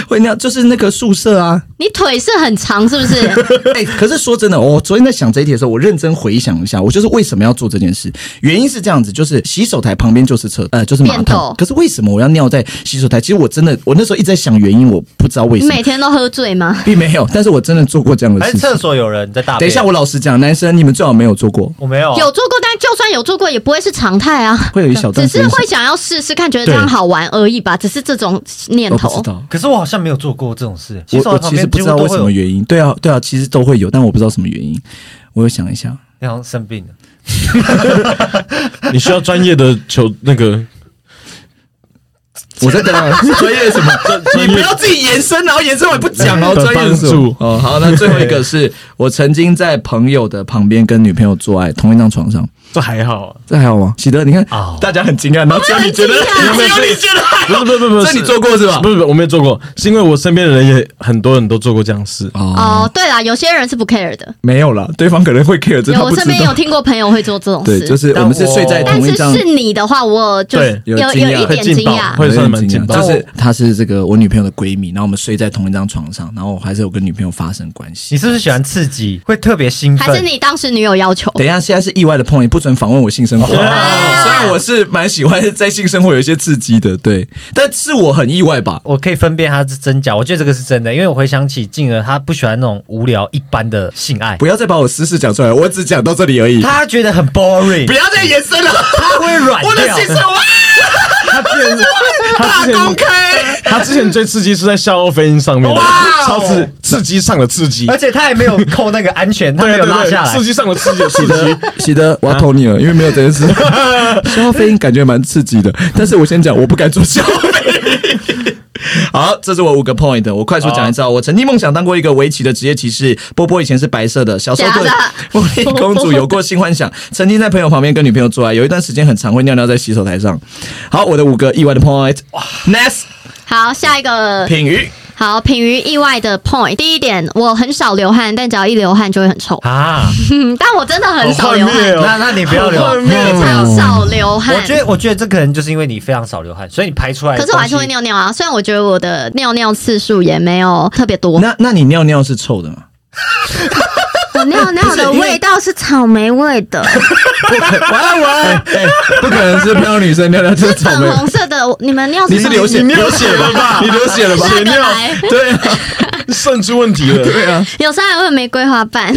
会尿就是那个宿舍啊。
你腿是很长是不 是？
哎、可是说真的，我昨天在想这一题的时候，我认真回想一下，我就是为什么要做这件事？原因是这样子，就是洗手台旁边就是厕，呃，就是马
便
桶
斗。
可是为什么我要尿在洗手台？其实我真的，我那时候一直在想原因，我不知道为
你
什么
每，天都喝醉吗？
并没有，但是我真的做过这样的
还
事
是
情
哎厕。所有人在大便？
等一下，我老实讲，男生你们最好没有做过，
我没有啊，
有做过，但就算有做过，也不会是常态啊。
哦会有一小段
只
时间
是会想要试试看，觉得这样好玩而已吧，只是这种念
我不
头
知。道。
可是我好像没有做过这种事。洗
我
手
我
台旁
其实
边
不
几
知道
乎都
为
会
什
有
么，原因，对啊对啊，其实都会有，但我不知道什么原因。我又想一下，
你好像生病了。
你需要专业的求那个
我在等啊，
专业什么？
专
你不
业
要自己延伸，然后延伸我也不讲哦。
的
专业
帮
是什么
助？
哦，好，那最后一个是我曾经在朋友的旁边跟女朋友做爱，同一张床上，
这还好啊，
这还好吗？喜德，你看，
哦
大家很惊讶，然后只有你觉得，
我很惊讶
只有你觉得还
不
好，
是不是不是不是，
这你做过是吧
不？是不是，我没有做过，是因为我身边的人也很多人都做过这样事。
哦，
哦，对啦，有些人是不 care 的，
没有啦，对方可能会 care 这
有
他
我
不
身
知
边有
道。
听过朋友会做这种
对，就
事，
是我们是睡在
但
同一
是
张，
是你的话，我就
对
有
有
有
惊讶
一点惊
会
讶
劲爆。会算蛮
惊
劲
讶
爆
就
但
是她是这个我女朋友的闺蜜，然后我们睡在同一张床上，然后我还是有跟女朋友发生关系
你。是不是喜欢刺激？会特别兴奋？
还是你当时女友要
哦
求？
等一下，现在是意外的碰，你不准访问我 性生活。虽
啊虽
然
然
我
我
是蛮喜欢在性生活有一些刺激的，对，但是我很意外吧？
我可以分辨它是真假，我觉得这个是真的，因为我回想起静儿，她不喜欢那种无聊一般的性爱，
不要再把我私事讲出来，我只讲到这里而已。
她觉得很 boring，
不要再延伸 了，
她会软
我的
掉
心。声哇，
他之前他之
大啊公
前
开。
他之前最刺激是在笑傲飞鹰上面的，
哇哦
超刺刺激上的刺激，
而且她也没有扣那个 安全，哎她没
啊
对
有
对
拉
对
下，来
刺。激上的刺激的刺激。
喜德，我要投你了，因为没有这件事。消费感觉蛮刺激的，但是我先讲，我不敢做消费。好，这是我五个 point，我快速讲一下。我曾经梦想当过一个围棋的职业棋士，波波以前是白色的，小时候对
假
茉莉公主有过性幻想，曾经在朋友旁边跟女朋友做爱，有一段时间很常会尿尿在洗手台上。好，我的五个意外的 point。Next，
好，下一个
品鱼，
好，品于意外的 point。第一点，我很少流汗，但只要一流汗就会很臭。
啊，
嗯，但我真的很少流汗，
那那你不要流。
非常少流汗。
我觉得，我觉得这可能就是因为你非常少流汗，所以你排出来。
可是我还是会。尿尿啊，虽然我觉得我的尿尿次数也没有特别多，
那那你尿尿是臭的吗？
我尿尿的味道是草莓味的，
玩玩，哎 不可能是漂女生尿尿就是
是
草
粉
莓。
红色的。你们尿
你是
什么
流血
你流血了吧？
你流血了吧？
那个来
对啊，
肾出问题了，对啊，
有时候还会有玫瑰花瓣。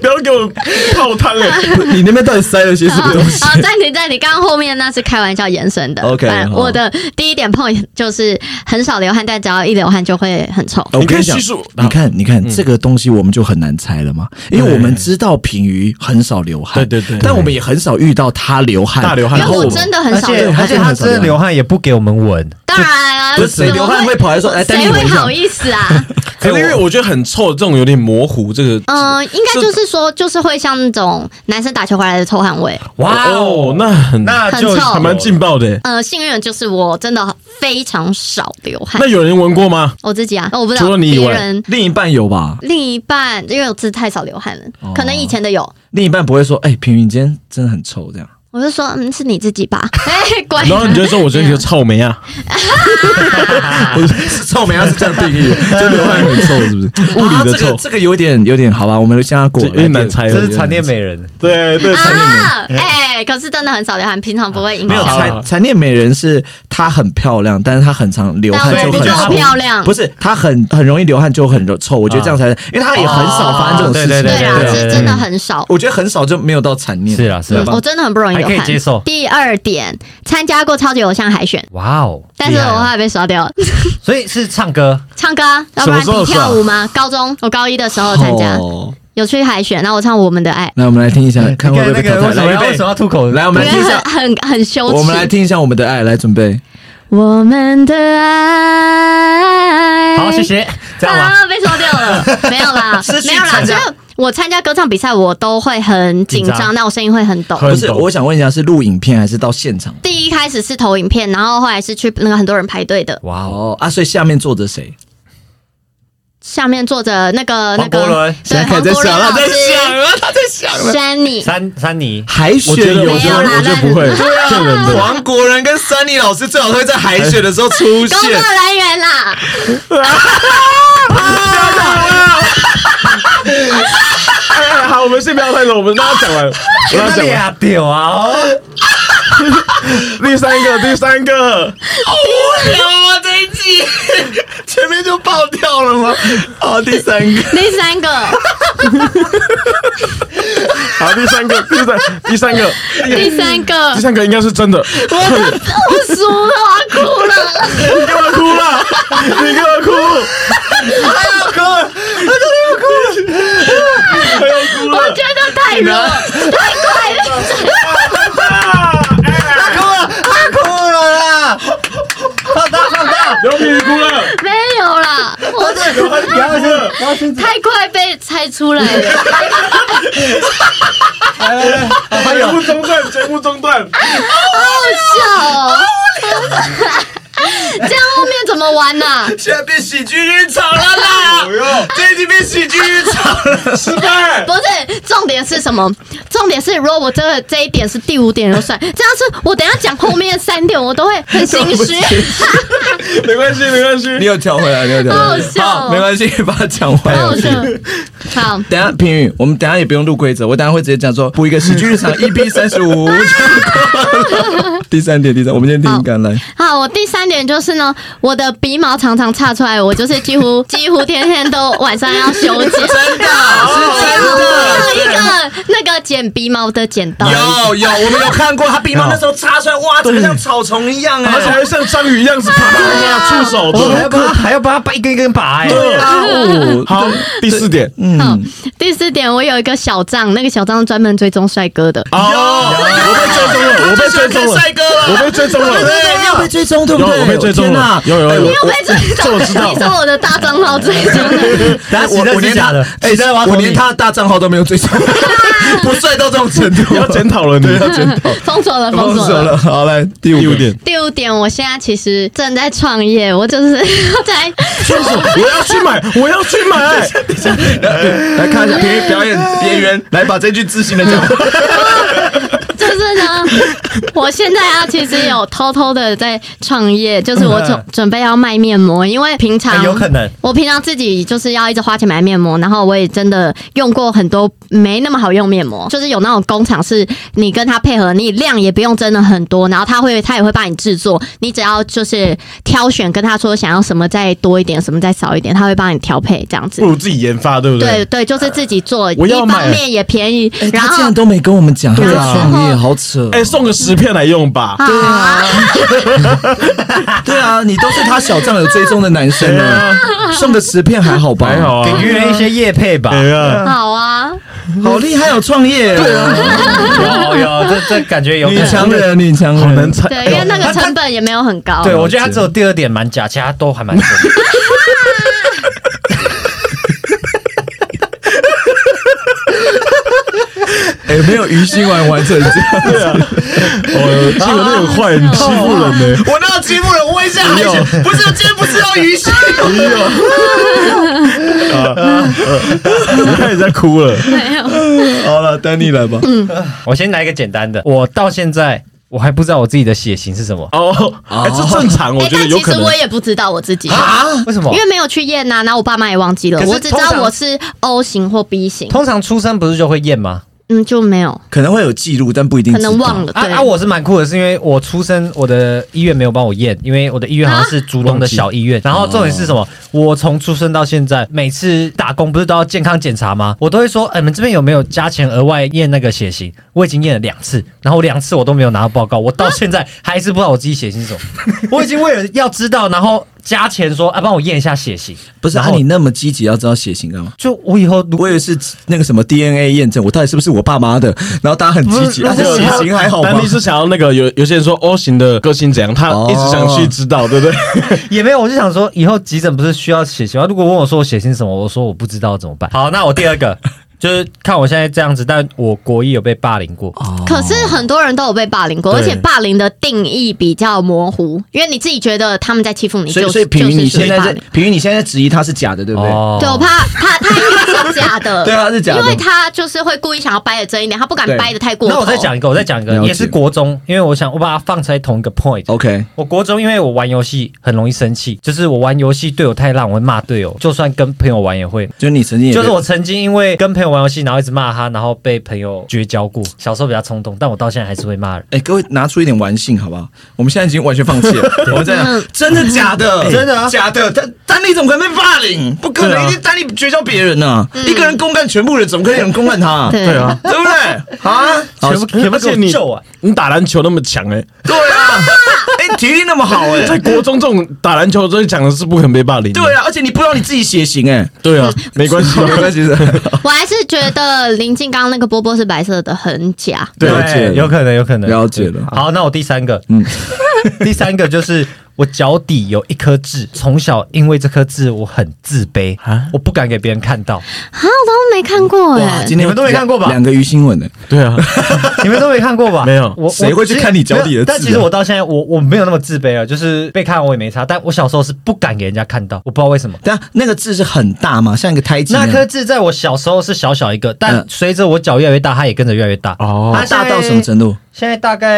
不要给我泡汤哎、
不 你那边到底塞了些 什么东西？
好，暂停暂停，刚刚后面那是开玩笑延伸的。
OK，
反正
好
我的第一点 point 就是很少流汗，但只要一流汗就会很臭。
我跟你
你可以
讲
叙述，嗯
你看，你看这个东西，我们就很难猜了嘛，因为我们知道品鱼很少流汗，
对对对
但我们也很少遇到他流汗，哦
大流汗
因
然后
为
我
我
们
真的很
而
少
且
流汗
而且他真的流汗也不给我们闻，
当然啦，
不是谁
怎么
流汗会跑来说哎丹妮
谁会
闻一下
好意思 啊？
欸因为我觉得很臭，这种有点模糊，这个
嗯，应该就是说，就是会像那种男生打球回来的臭汗味。
哇
哦，那很
那就
很臭
还蛮劲爆的、欸。
呃，幸运的就是我真的非常少流汗
那，有人闻过吗？
我自己啊，我不知道
除了你以
别
外
人。
另一半有吧？
另一半，因为我真的太少流汗了，
哦
可能以前的有，
另一半不会说，哎，品鱼你今天真的很臭这样。
我就说，嗯，是你自己吧， 哎，乖。
然后你就会说，我觉得你个臭梅 啊，
不是臭美，他是这样定义的，就流汗很臭，是不 是？
物理
啊
的
这个
臭
这个有点有点好吧，我们先让他过，
这有点难猜
这
了。
是传电美人。
对对，
啊，哎，可是真的很少流汗，平常不会影
没有
响。
啊
残残念美人是她很漂亮，但是她很常流汗
但
就
我
很
不
臭。
够漂亮
不，是她很很容易流汗就很臭，我觉得这样才，因为她也很少发生这种事情。
对
对啊，
对对
是真的很少。
我觉得很少就没有到残念。
是啊是啊
对吧
我真的很不容易流汗，
还可以接受
第二点，参加过超级偶像海选，
哇哦！
但是
厉害
我后
啊
来被刷掉了。
所以是唱歌，
唱歌啊，要不然你跳舞吗？高中我高一的时候参加，
哦
有去海选，然后我唱《我们的爱
来，我们来听一下，看会不会被
那
淘汰。
个为什么
来，预
要为
备
什么要吐口？
来，我》，们来
因
听一
为
下，
很很很羞耻。
我们来听一下我们的爱，来准备。
我们的爱，
好，谢。谢。这样吗？
啊，被收掉了，没有啦
失，去
没有啦，
参
就
加
是我参加歌唱比赛，我都会很紧
紧
张，
张
那我声音会很抖。
很
不是，
懂
我想问一下，是录影片还是到现场？
第一开始是投影片，然后后来是去那个很多人排队的，
哇
哦
哦，
啊，所以下面坐着谁？
下面坐着那个那
黄国
个
伦
对
现在开
黄
始在
国伦
想了
老
在
师
了，他在想。
Sunny，
三三尼，
海选
我觉得，
没有
我觉得，
啦
我觉得
那啊
不会骗人的。
黄国人跟珊妮老师最好都会在海选的时候 出
工作
现。
人员啦，
哎，好，我们先不要太多，我们让 他讲完，我让他讲完。
俩屌啊！哦
第三个，第三个，
哎
有啊，这一 季前面就爆掉了 吗？好，第三个，
第三个，
好，第三个，第三，第三个，
第三个
第，三个应该是真的。
我输了，我要哭了。
你给我哭了，你给我哭，
我觉得太弱，太快了。
哭了啦！放大放大！
刘品哭了，
没有啦，我这
不要先不要先
太快被猜出来了。
节目中断，节目中断。
好笑哦。这样后面怎么玩呢、
现在变喜剧日常了啦！这已经变喜剧日常了，失败。
不是，重点是什么？重点是，如果我这个这一点是第五点就算，这样是我等一下讲后面三点， 我都会 很心虚。
没关系，没关系。
你有调回来，你有调回
好好
来，
笑哦
好，没关系，把它讲完。
好笑。好，
等一下评语，我们等一下也不用录规则，我等一下会直接讲说 补一个喜剧日常 EP 三十五。第三点，第三，我们先听一感来，
好，我第三点就是呢，我的鼻毛常常岔出来，我就是几 乎几乎天天都晚上要修剪。真的，我有一个那个剪鼻毛的剪刀。
有有，我们有看过他鼻毛那时候插出来，哇，怎么像草丛一样哎、
而且还像章鱼样子啪啪啪触手
我还
的。
要帮他还要帮他拔一根一根拔哎！
哦，
好，第四点，
好，第四点，我有一个小账，那个小账专门追踪帅哥的。
哦，我被追踪了，我被追踪
看
了，
帅哥了，
我被追踪了。
对，
有被追踪对不对？
有我被追
天
踪了
哪
有有有
哎
有
我
你有被追
这
踪
我
的？
知道
你说我的大账号追踪的，
等下洗
我
的
我
是
连
假
他
的，
哎
洗的，挖
我
头
连
你。
他的大账号都没有追踪， 不帅到这种程度，
要检讨了你，
封锁了，封
封
锁
锁
了。
了。好，来第
第
五
五
个
点，
第五点，我现在其实正在创业，我就是 在
就是我要去买，我要去买。
来看一下评语表演边缘，来把这句自信的讲。
就是呢，我现在啊，其实有偷偷的在创业，就是我准准备要卖面膜，因为平常、
哎有可能
我平常自己就是要一直花钱买面膜，然后我也真的用过很多没那么好用面膜，就是有那种工厂是你跟它配合，你量也不用真的很多，然后它会它也会帮你制作，你只要就是挑选跟他说想要什么再多一点，什么再少一点，他会帮你调配这样子
不。如自己研嗯发，对不
对？对，就是自己做，
我
一
要
方
买
面也便宜，
哎
然
他竟
后啊
然都没跟我们讲，对
然后
创业好扯。
哎，送个十片来用吧。
对啊，
对啊，你都是他小账有追踪的男生了，送个十片还好吧？
还
哦
好，啊，
给约一些夜配吧。
哎呀，
好啊。
好厉害，有哦创业，对啊，
有有，这这感觉有可
女
能
强人，女强人，
好难猜。
对，因为那个成本也没有很高。
对，我觉得他只有第二点蛮假，其他都还蛮真的。
哎，没有鱼腥丸完成这样，
哦我这个人很坏，你欺负人呢。
我哪有欺负人？我问一下海选，不是，今天不是要鱼腥？
我看你在哭了。
没 有。
好了，丹尼来吧，
嗯
我先来一个简单的，我到现在我还不知道我自己的血型是什么，
哦，哎，这正常，我
哎，
觉得
但
有
其
可
实
能
我。也不知道我自己，
啊为什么
因？为没有去验啊呐，然后我爸妈也忘记了
可，是
我只知道
通常
我是 O 型或 B 型，
通常出生不是就会验吗？
嗯，就没有，
可能会有记录，但不一
嗯
定
可
知道
能忘。了。
啊
对
啊！我是蛮酷的，是因为我出生，我的医院没有帮我验，因为我的医院好像是竹
啊
龙的小医院。然后重点是
哦
什么？我从出生到现在，每次打工不是都要健康检查吗？我都会说，哎、你们这边有没有加钱额外验那个血型？我已经验了两次，然后两
啊
次我都没有拿到报告，我到现在还是不知道我自己血型是什么。我已经为了要知道，然后加钱说啊，帮我验一下血型。
不是啊，
然后
你那么积极要知道血型干嘛？
就我以后如
我以为是那个什么 DNA 验证，我到底是不是我爸妈的？然后大家很积极，啊，
不
这
是
血型还好吗
丹尼？是想要那个有有些人说 O 型的个性怎样，他一直想去知道，对不对？
也没有，我就想说以后急诊不是需要血型吗？如果问我说我血型什么，我说我不知道怎么办？好，那我第二 个就是看我现在这样子，但我国一有被霸凌过。
可是很多人都有被霸凌过，
对
而且霸凌的定义比较模糊，因为你自己觉得他们在欺负你，
所
就
以，
是
所以平云，你
就是属
现
于
在
霸
在
凌。
平云，你现在质疑他是假的，对不对？
哦
对，我怕他他应该是假 的，
对啊是假的
因为他就是会故意想要掰的真一点，他不敢
对
掰的太过头。
那我再讲一个，我再讲一
了
个，
解
也是国中，因为我想我把它放在同一个 point。
OK，
我国中因为我玩游戏很容易生气，就是我玩游戏队友太烂，我会骂队友，就算跟朋友玩也会。
就是你曾经也
就是我曾经因为跟朋友玩游戏，然后一直骂他，然后被朋友绝交过。小时候比较冲动，但我到现在还是会骂人。
哎、各位拿出一点玩性好不好？我们现在已经完全放弃 了。我们在
嗯
讲真的假的，真的、假的。丹丹尼怎么可能被霸凌？不可
啊对
能，
啊
一定丹尼绝交别人呢、一个人公干全部人，怎么可能有人公干他、
嗯对
对啊， 对不对？啊，
全部全部
而
给
且
我
你
救啊！
你打篮球那么强哎，
对 啊。哎、体力那么好哎、
在国中这种打篮球最强的是不可能被霸凌。
对，啊，而且你不知道你自己血型哎、
对啊，没关系，
没关 系的。
我还是觉得林静刚刚那个波波是白色的，很假。
对了解了
有可能，有可能
了解了
好，那我第三个，嗯， 第三个就是我脚底有一颗痣，从小因为这颗痣我很自卑，
啊
我不敢给别人看到。
啊，我都没看过哎、
今天
你们都没看过吧
两个鱼新闻呢、
对 啊，
你们都没看过吧？
没有
我我
谁会去看你脚底的
没有但
痣啊
其实我到现在，我我没有那么自卑了，就是被看我也没差。但我小时候是不敢给人家看到，我不知道为什么。
但那个字是很大嘛，像一个胎记
那
样。
颗痣在我小时候是小小一个，但
嗯
随着我脚越来越大，它也跟着越来越大。
哦
它现在
大到什么程度？
现在大概，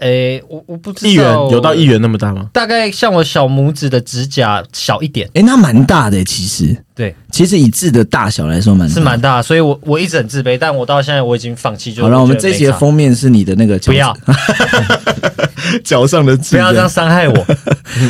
诶，我我不知道，
议员有到议，员那么大吗？
大概像我小拇指的指甲小一点，
哎、那蛮大的、其实，
对，
其实以字的大小来说蛮大
是蛮大，所以我我一直很自卑，但我到现在我已经放弃，就
好了，我们这
一
集的封面是你的那个
不 要
脚上的
不
字
要这样伤 害我，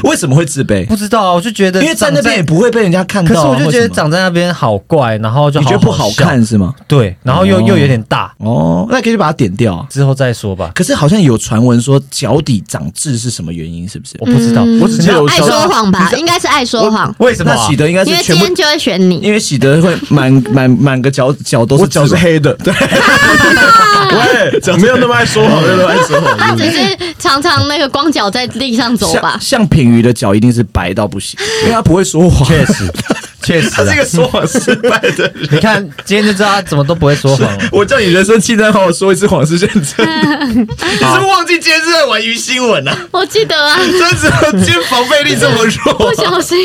为什么会自卑？
不知道啊，我就觉得
因为在
长
那边也不会被人家看
可
到
是
啊、
我就觉
为
得
什么
长在那边好怪，然后就
你觉得不
好
好
笑
看，是吗？
对，然后又、
哦
又有点大，
哦，那可以去把它点掉啊。
之后再说吧，
可是好像有传闻说脚底长痣是什么原因，是不是？
我不知道，
我只记得我
爱
小
说谎吧，应该是爱说谎，
为什么、
嗯那
啊
喜。德应该
因
是
为
全
今
部
天，就会选你。
因为喜德会满 满满个脚脚都是
我脚是
痣吧，
黑 的，对，喂，没有那么爱说谎，没有那么爱说谎。
他只是常常那个光脚在地上走吧
像，像品瑜的脚一定是白到不行，因为他不会说谎。
确实，啊确实、啊，
个说谎失败的人。
你看今天就知道他怎么都不会说谎了。
我叫你人生清单，好好说一次谎是认 真的。你是不是忘记今天是在玩鱼新闻 啊？
我记得啊，
真是今天防备力这么
不
弱，
小心，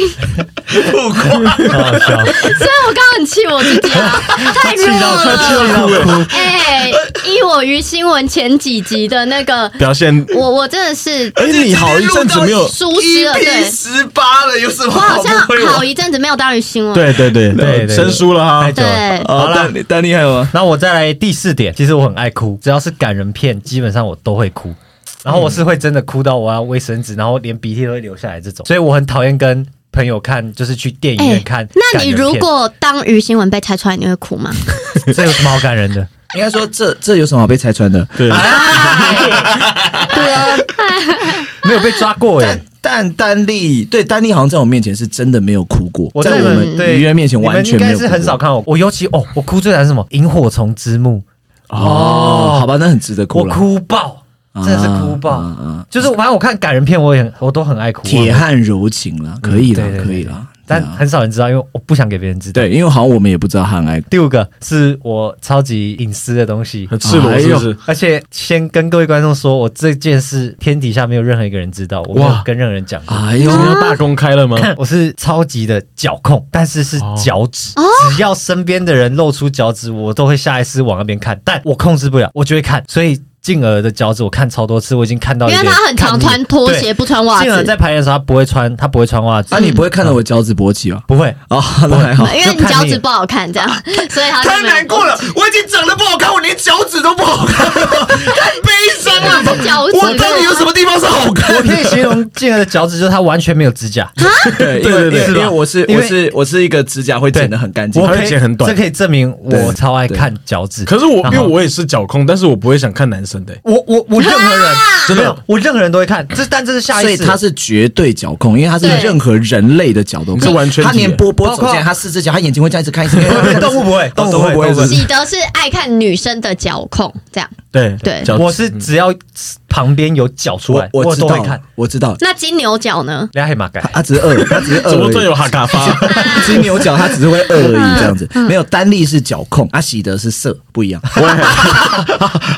不 光
好好笑，
虽然我刚刚很气我自己啊，太弱了。哎，依我于新闻前几集的那个，
表现，
我我真的是
而且你好一阵子没有，
疏失了，对
EP E 十八了，有什么
我好
好
像
不会
好
玩？
一阵子没有当于新闻，
对对对
对对对
生疏了啊
太。久了。
对哎
好了，丹丹厉害吗？
那我再来第四点，其实我很爱哭，只要是感人片，基本上我都会哭。然后我是会真的哭到我要卫生纸，然后连鼻涕都会流下来这种，所以我很讨厌跟朋友看，就是去电影院
哎
看感人片。
那你如果当于新闻被拆穿，你会哭吗？
这有什么好感人的？
应该说这这有什么好被拆穿的？
对，
对啊，
没有被抓过哎 耶。
但但丹丽对丹丽好像在我面前是真的没有哭过，
我
在
真的
我们
很对
娱乐面前
你们
完全没有
应
哭过。
该是很少看我。我尤其哦，我哭最惨是什么？萤火虫之墓，
哦，好吧，那很值得
我
哭了。啊
哭爆，真的是哭爆。就是我反正我看感人片，我也很我都很爱哭。
铁汉柔情啦，可以啦
嗯对对，对
可以啦。
但
对啊
很少人知道，因为我不想给别人知道。
对，因为好像我们也不知道他很爱哭。
第五个是我超级隐私的东西，
很赤裸是不
哎
是？
而且先跟各位观众说，我这件事天底下没有任何一个人知道，我没有
哇
跟任何人讲 过。
哎呦
今，天要大公开了吗？
我是超级的脚控，但是是脚趾，
哦
只要身边的人露出脚趾，我都会下意识往那边看，但我控制不了，我就会看，所以。静儿的脚趾我看超多次，我已经看到有
因
点
为
看腻了。
他很常穿拖鞋
对
不穿袜子
静儿在排练的时候，她不会穿，她不会穿袜子
啊那，你不会看到我脚趾勃起吧？
不会。
哦，那还好。
因为你脚趾不好看，这 样，所以他就
太
没有
难过了，我已经长得不好看，我连脚趾都不好看， 太悲伤了吧。
脚趾
我到底有什么地方是好看
我可以形容静儿的脚趾，就是她完全没有指甲，
对
对对对
是吧因为
我是一个指甲会
对
很干
我
而
可以
且很短
这可以证明
对
我超爱看脚趾。
可是我
然
因为
后
我也是脚控，但是我不会想看男真的欸、
我我我任何人
真的
没有我任何人都会看，这但这是下
所
意
以
识。
它是绝对脚控，因为它是
对
任何人类的脚都
是
控，
完全体
它连波波
包
走
括
进来，它四只脚，它眼睛会这样一直看，一直看。
动物不会，哦动物
动物
不
不
会，
会
动物不会。
喜德是爱看女生的脚控，这样
对
对
脚
我是嗯只要旁边有脚出来
我，我知
都会
道
看。，
我知道，
那金牛角呢？
俩黑马改，
它只是饿，它只是
怎么
饿
这
而已。
有哈卡
呃
发？
金牛角它只是会饿而已，这样子
嗯
没有单利是脚控，阿喜德是色不一样。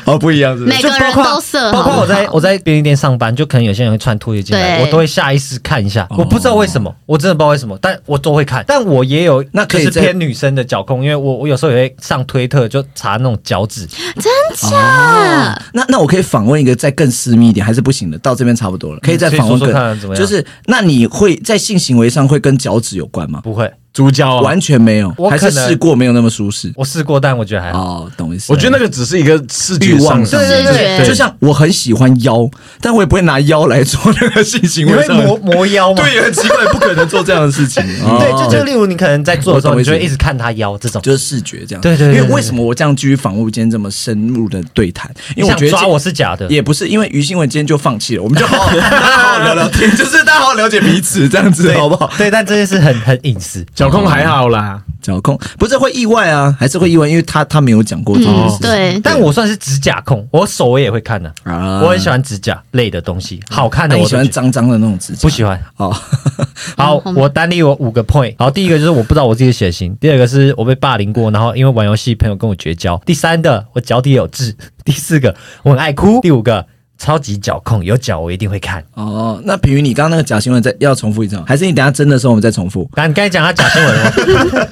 哦，不一样是不是
每
就
个人
包括
都色，
包括
好
我
不好
在我在便利店上班，就可能有些人会穿拖鞋进来，
对
我都会下意识看一下。我不知道为什么，我真的不知道为什么，但我都会看。但我也有
那可以
就是
在
偏女生的脚控，因为我我有时候也会上推特就查那种脚趾，
啊
哦那那我可以访问一个再更私密一点，还是不行的？到这边差不多了，可以再
嗯所以
访问
说
更
说看怎么样
就是那你会在性行为上会跟脚趾有关吗？
不会，
猪胶啊，
完全没有
我，可
还
能
是试过没有那么舒适？
我试过，但我觉得还好。
哦，懂意思。
我觉得那个只是一个视
欲
觉上
望
的
上
对对对
就像我很喜欢腰，但我也不会拿腰来做那个性行
你
为
会
上的。
磨磨腰吗？
对，也很奇怪，不可能做这样的事情。
对，
哦
就就例如你可能在做的时候，
我懂
你
意思
就会一直看他腰这种。
就是视觉这样。
对对对对
因为为什么我这样继续访问今天这么深入的对谈？因为我
想
觉得
抓
今
我是假的，
也不是，因为于新文今天就放弃了，我们就 好好大家好好聊聊天，就是大家好好了解彼此这样子，好不好？
对，但这件事很很隐私。
脚控还好啦，
脚控不是会意外啊，还是会意外，因为他他没有讲过这
哦
件
嗯
事，
对，
但我算是指甲控，我手我也会看的、
啊嗯
我很喜欢指甲类的东西，好看
那
的
你
我都
喜欢
觉得
脏脏的那种指甲？
不喜欢。
哦，
好，
嗯
我单立我五个 point。好，第一个就是我不知道我自己的血型，第二个是我被霸凌过，然后因为玩游戏朋友跟我绝交。第三的我脚底有痣， 第四个我很爱哭，第五个超级脚控，有脚我一定会看。
哦，那比如你刚刚那个假新闻再要重复一次吗，还是你等下真的时候我们再重复？
刚刚才讲他假新闻了吗？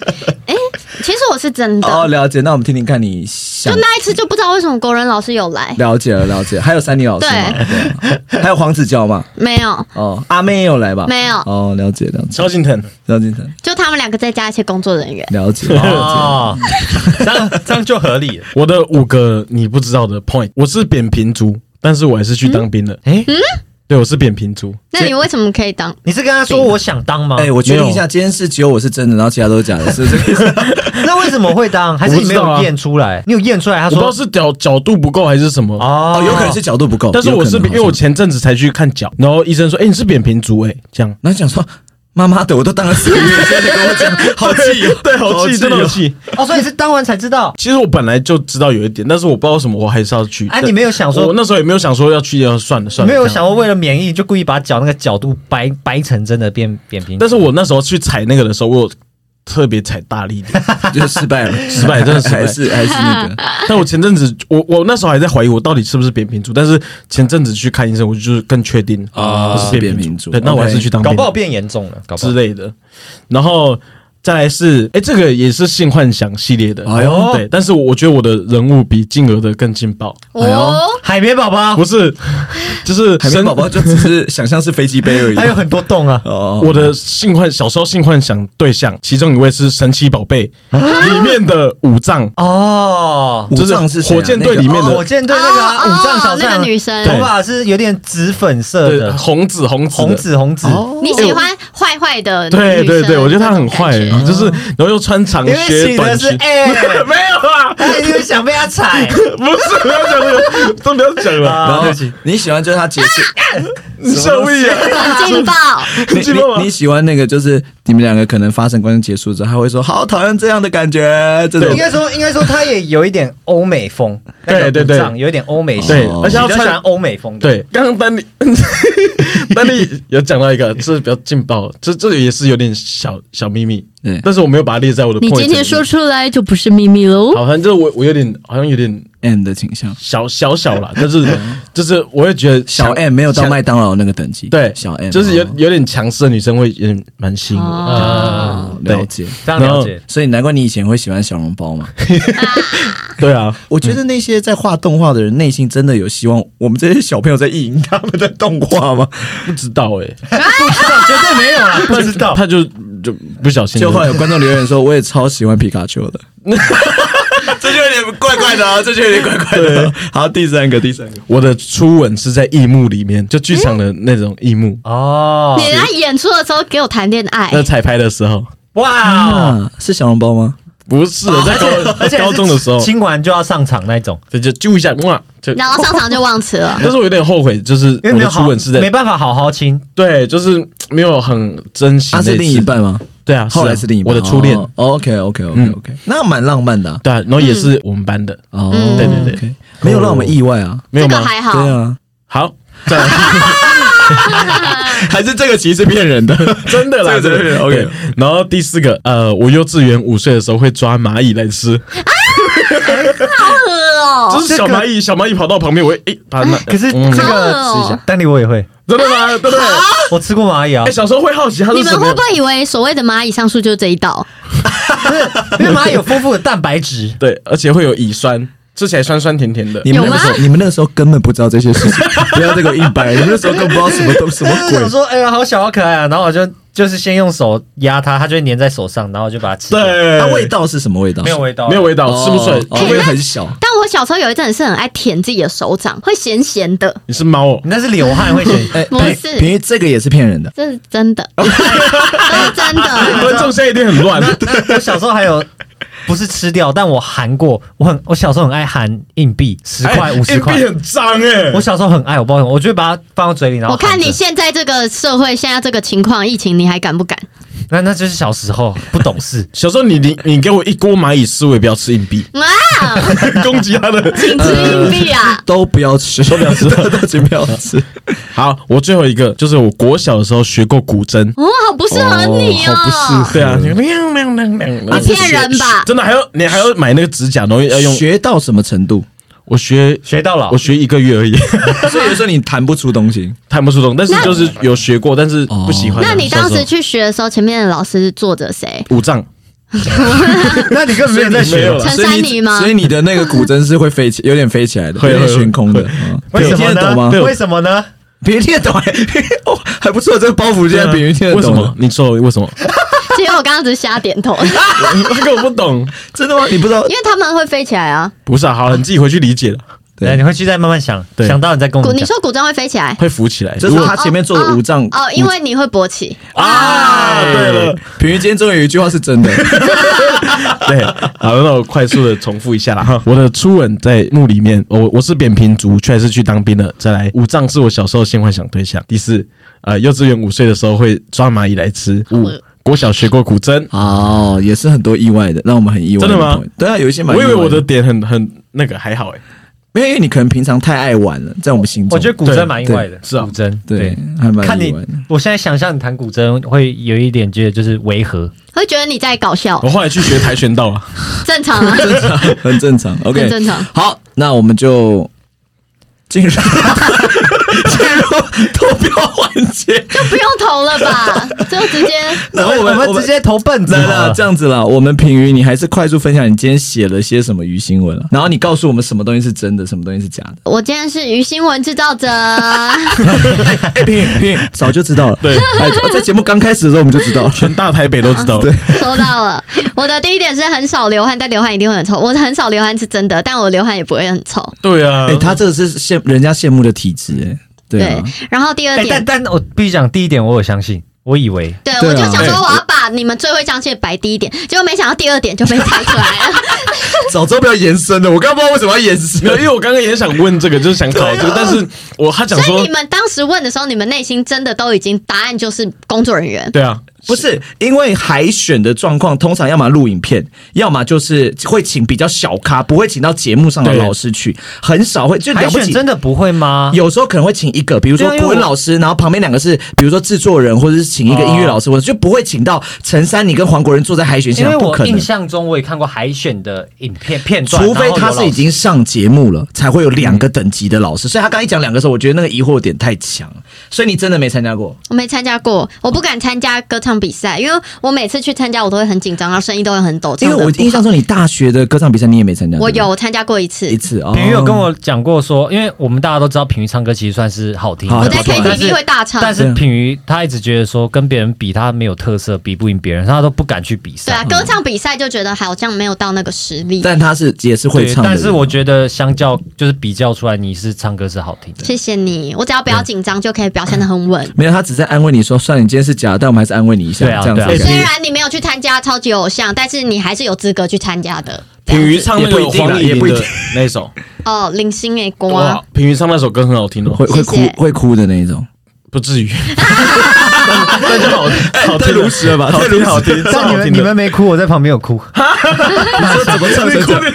其实我是真的，
哦，了解，那我们听听看你想
就那一次就不知道为什么国仁老师有来，
了解了，了解。还有三里老师吗？对，还有黄子佼嘛？
没有
哦，阿妹也有来吧？
没有
哦，了解了解
萧敬腾
了解了
就他们两个再加一些工作人员，
解了解。
哦，这样这样就合理了。
我的五个你不知道的 point，我是扁平足，但是我还是去当兵
嗯
了。
诶
对，我是扁平足，
那你为什么可以当？
你是跟他说我想当吗？
哎，我确定一下，今天是只有我是真的，然后其他都是假的， 是这个意思？
那为什么会当？还是你没
我不知道
有
啊
验出来？你有验出来？他
我不知道
说
是角角度不够还是什啊么。
哦
哦，有可能是角度不够，
但是我是
有可
因
能
为我，前阵子才去看脚，然后医生说：“哎、你是扁平足，哎，这样。
然后想说。妈妈的，我都当了四个月，现在你跟我讲，好气哦！
对，好气，真的好气。
哦，所以是当完才知道。
其实我本来就知道有一点，但是我不知道为什么，我还是要去。
哎、你没有想说
我那时候也没有想说要去，要算了
你
算了。
没有
这样
想过为了免疫就故意把脚那个角度掰掰成真的变扁平？
但是我那时候去踩那个的时候，我有特别踩大力 一点，
就失败了，
失败真的失败
还是还是那 个，
但我前阵子，我我那时候还在怀疑我到底是不是扁平足，但是前阵子去看医生，我就是更确定
啊
我是扁
扁平
平
足
足。对，那我还
OK
是去当
搞
兵
不好变严重了，搞不
之
好。
类的。然后再来是，哎，这个也是性幻想系列的。
哎呦
对，但是我觉得我的人物比静儿的更劲爆，
哦，
海绵宝宝
不是，就是
海绵
身
宝宝就只是想象是飞机杯而已。
还有很多洞啊，
哦，
我的性幻小时候性幻想对象，其中一位是神奇宝贝里面的五藏，
哦，
五
就是
藏是谁啊
火箭
那
队
个
里面的
火箭队那个啊
哦哦
五藏小
那
将
个女生
头发是有点紫粉色
对，
的，
呃红子红子的哦
红紫红紫。
你喜欢坏坏的女
对
生？
对对，我觉得他很坏
那种感，觉哦
就是然后又穿长
因为喜
靴
的
短
是
裙，
哎，
没有啊，
他一定想被他踩
不是不要讲了，都不要讲了，
然
啊！
后
对不起，
哦你喜欢就是他结束，
受益啊，
很 劲爆，
你
记得吗
你你喜欢那个，就是你们两个可能发生关系结束之后，他会说好讨厌这样的感觉，这种
应该说应该说他也有一点欧美风，
对
那个
对
五
对
藏有一点欧美系，
对
我，
而且要
比较喜欢
穿。
欧美风的。
对，刚刚丹尼， 丹尼有讲到一个，这是比较劲爆，这这也是有点小小秘密
对，
但是我没有把它列在我的 point 里
你
面。
今天说出来就不是秘密喽。
好，反正就是我我有点好像有点
M 的倾向。
小小小啦，但是就是我会觉得
小 M 没有到麦当劳那个等级，
对
小 M
就是有
哦
有点强势的女生会有点蛮吸引我的。
啊，
哦了解。
非常了解。
所以难怪你以前会喜欢小笼包嘛？
对
哦
啊，
我觉得那些在画动画的人内心真的有希望，我们这些小朋友在意淫他们的动画吗？
不知道哎，
绝对没有 啊，不知道。
他就就不小心
就后来有观众留言说，我也超喜欢皮卡丘的。 这就有点怪怪的啊，这就有点怪怪的。好，第三个，第三个，
我的初吻是在异幕里面，就剧场的那种异幕，
哦，哎
你在演出的时候给我谈恋爱
那，彩排的时候，
哇，
啊，是小笼包吗？
不是在
哦而且
嗯高
是
高中的时候，
亲完就要上场那种，
这就揪一下哇，就。
然后上场就忘词了。
但是我有点后悔，就是
因为
我
没
的
有
初
好
吻是在
没办法好好亲，
对，就是没有很珍惜。
他啊是另一，半吗？
对啊，
后来
啊
是另一半，哦
我的初恋，
OK OK OK OK，那蛮浪漫的啊
对啊，然后也是我们班的，
哦。
嗯
对对对，
OK，没有让我们意外啊。
没有
这个
吗？
还
对
好，
啊，
好，再来。
还是这个其实是骗人的。
真的 啦，
这
真
个真的
的。
OK
对然后第四个，呃，我幼稚园五岁的时候会抓蚂蚁来吃，
饿哦，
就是小蚂蚁，小蚂蚁跑到我旁边，我会诶 把它拿。
可是
嗯
这
好
个
饿哦
吃一下，丹尼我也会，
真的吗？对不对？
我吃过蚂蚁啊
哎，，小时候会好奇它
你
是
们
什
会
么，
不。会以为所谓的蚂蚁上树就是这一道？
因为蚂蚁有丰富的蛋白质
对，而且会有乙酸，吃起来酸酸甜甜的。
你们那个
有吗
时候，你们那个时候根本不知道这些事情， 不要这个硬掰。你们那时候根本不知道什么都什么
我
鬼
想。说哎呀好小好可爱啊，然后我就就是先用手压它，它就会粘在手上，然后我就把它吃掉，
对，
它味道是什么哎味道？
没有味道，
没有味道，
哦
吃不出来。
哦因为很小。
但我小时候有一阵是很爱舔自己的手掌，会咸咸的，
你是猫哦
你，那是流汗会
哎
显，
不
平
是
平，这个也是骗人的。
这是真的，这是真的。
观众现在一定很 乱。
那我小时候还有。不是吃掉，但我含过，我很我小时候很爱含硬币，十 块五十块
哎硬，币很脏哎，
我。小时候很爱，我不知道为什么，我就会把它放到嘴里，然后
我看
含着
你现在这个社会，现在这个情况，疫情，你还敢不敢？
那那就是小时候不懂事
小时候你你你给我一锅蚂蚁丝，我也不要吃硬币，
啊，
攻击它 的。
请吃硬币啊！
都不要吃，都不要吃， 都不要吃。
好，我最后一个就是我国小的时候学过古筝，
哦，好不适合你
哦好
哦
不。
对啊，你亮亮亮亮，
你啊骗人吧
真的还要你还要买那个指甲，然后要用。
学到什么程 度？
我学
学到老
我。学一个 月而已，
所以有时候你弹不出东西，
弹不出动，但是就是有学过，但是
哦
不喜欢。啊
那你
小
当时
候
去学的时候，前面的老师坐着谁？
五藏，
那你根本没有在
没
学
有，
啊
了
陈珊妮吗
所以你的那个古筝是会飞起， 有点飞起来的，
会
有点
会
悬空的。 嗯
会
为什么
听得懂吗
呢？？为什么呢？
别 听得懂哎，哦，还不错，这个包袱现在比喻啊听得
为什
懂
么
了。？
你说为什么？
其实我刚刚只是瞎点头，因
这个我不懂，
真的吗？你不知道？
为他们会飞起来啊。
不是啊，好，你自己回去理解了，
对
对，你回去再慢慢想，
对
想到你再跟我
古，
们
你
讲。
说古筝会飞起来？
会浮起来。
这是他前面做的五藏
哦，因为你会勃起。
啊，对了，
平云今天终于有一句话是 真的，
对，好，那我快速的重复一下啦哈。我的初吻在墓里面，我我是扁平足，却还是去当兵的。再来，五脏是我小时候性幻想对象。第四，呃，幼稚园五岁的时候会抓蚂蚁来吃。五，
嗯
国小学过古筝。
哦，也是很多意外的，让我们很意外。
真的吗？
对啊，有一些蛮意
我
外。
以为我的点很很那个还好哎、
没有，因为你可能平常太爱玩了，在我们心中，
我觉得古
对
筝蛮意外的，
是啊
古筝
对，还蛮
看
意
你
外的。，
我现在想象你弹古筝会有一点觉得就是违和，
会觉得你在搞笑
我，后来去学跆拳道啊，
正常 啊。
正常，很正 常。OK，
很正常
好，那我们就进入进入投票环节。
就不用投了吧，就直接
然后我们
们
我们
直接投奔子
来
好啊
了，
了
这样子啦，我们平鱼，你还是快速分享你今天写了些什么鱼新闻啊，然后你告诉我们什么东西是真的，什么东西是假的。
我今天是鱼新闻制造者，
哎，平鱼，平鱼， 早就知道了。
对
哎，在节目刚开始的时候我们就知道 了。
全大台北都知道。 对，
收到了。我的第一点是很少流汗，但流汗一定会很臭。我很少流汗是真的，但我流汗也不会很臭。
啊，
哎，他这个是羡人家羡慕的体质，哎，对啊
对，，然后第二
哎，
点
但，但我必须讲第一点，我有相信，我以为
对
对
我就
啊
想说我要把你们最会相信的摆第一点，结果没想到第二点就被猜出来 了。
早知道不要延伸了，我刚刚不知道为什么要延
没
伸
有，。因为我刚刚也想问这个，就是想考这 个，但是我他讲
所以
说
你，们当时问的时候，你们内心真的都已经答案就是工作人员。
对啊，
不是因为海选的状况，通常要么录影片，要么就是会请比较小咖，不会请到节目上的
对
老师去，很少会就
海
了不
选
起。
真的不会吗？
有时候可能会请一个，比如说
对啊因为
国文
我
老师，然后旁边两个是，比如说制作人，或者是请一个音乐老师，或者就不会请到陈珊妮跟黄国仁坐在海选现
因为
场，不
我
可能
印。象中我也看过海选的影片片段，
除非
然后有
他是已经上节目了，才会有两个等级的老师。所以他刚一讲两个的时候，我觉得那个疑惑点太强了。所以你真的没参加过？
我没参加过，我不敢参加歌唱比赛，因为我每次去参加我都会很紧张，然后声音都会很抖。
因为
唱得
我
不好
印象中你大学的歌唱比赛你也没参加。
我
对不对
有参加过一次
一，次哦。
品瑜有跟我讲过说，因为我们大家都知道品瑜唱歌其实算是好听的，
好
我在
啊不错
KTV 会大唱。
但是品瑜他一直觉得说跟别人比他没有特色，比不赢别人，他都不敢去比
对啊，
赛。
歌唱比赛就觉得好像没有到那个实力。
但他是也是会唱的人。啊
但是我觉得相较就是比较出来，你是唱歌是好听的。
谢谢你，我只要不要紧张就可以以表现的很稳。
没有，他只是在安慰你说，算了，你今天是假的，但我们还是安慰你一下，
对啊
这样子的
对
感
啊
觉。
虽然你没有去参加超级偶像，但是你还是有资格去参加的。
品瑜唱那
也
个
不一定啦
黄丽
也不
玲
一
的
定
那首，
哦，零星诶瓜
哇，，品瑜唱那首歌很好听哦，
会会
谢谢
哭会哭的那一种，
不至于，
那就好，好
太如实了吧？太如实，好听，
但你们 你们没哭，我在旁边有哭，
你说怎么唱成这样？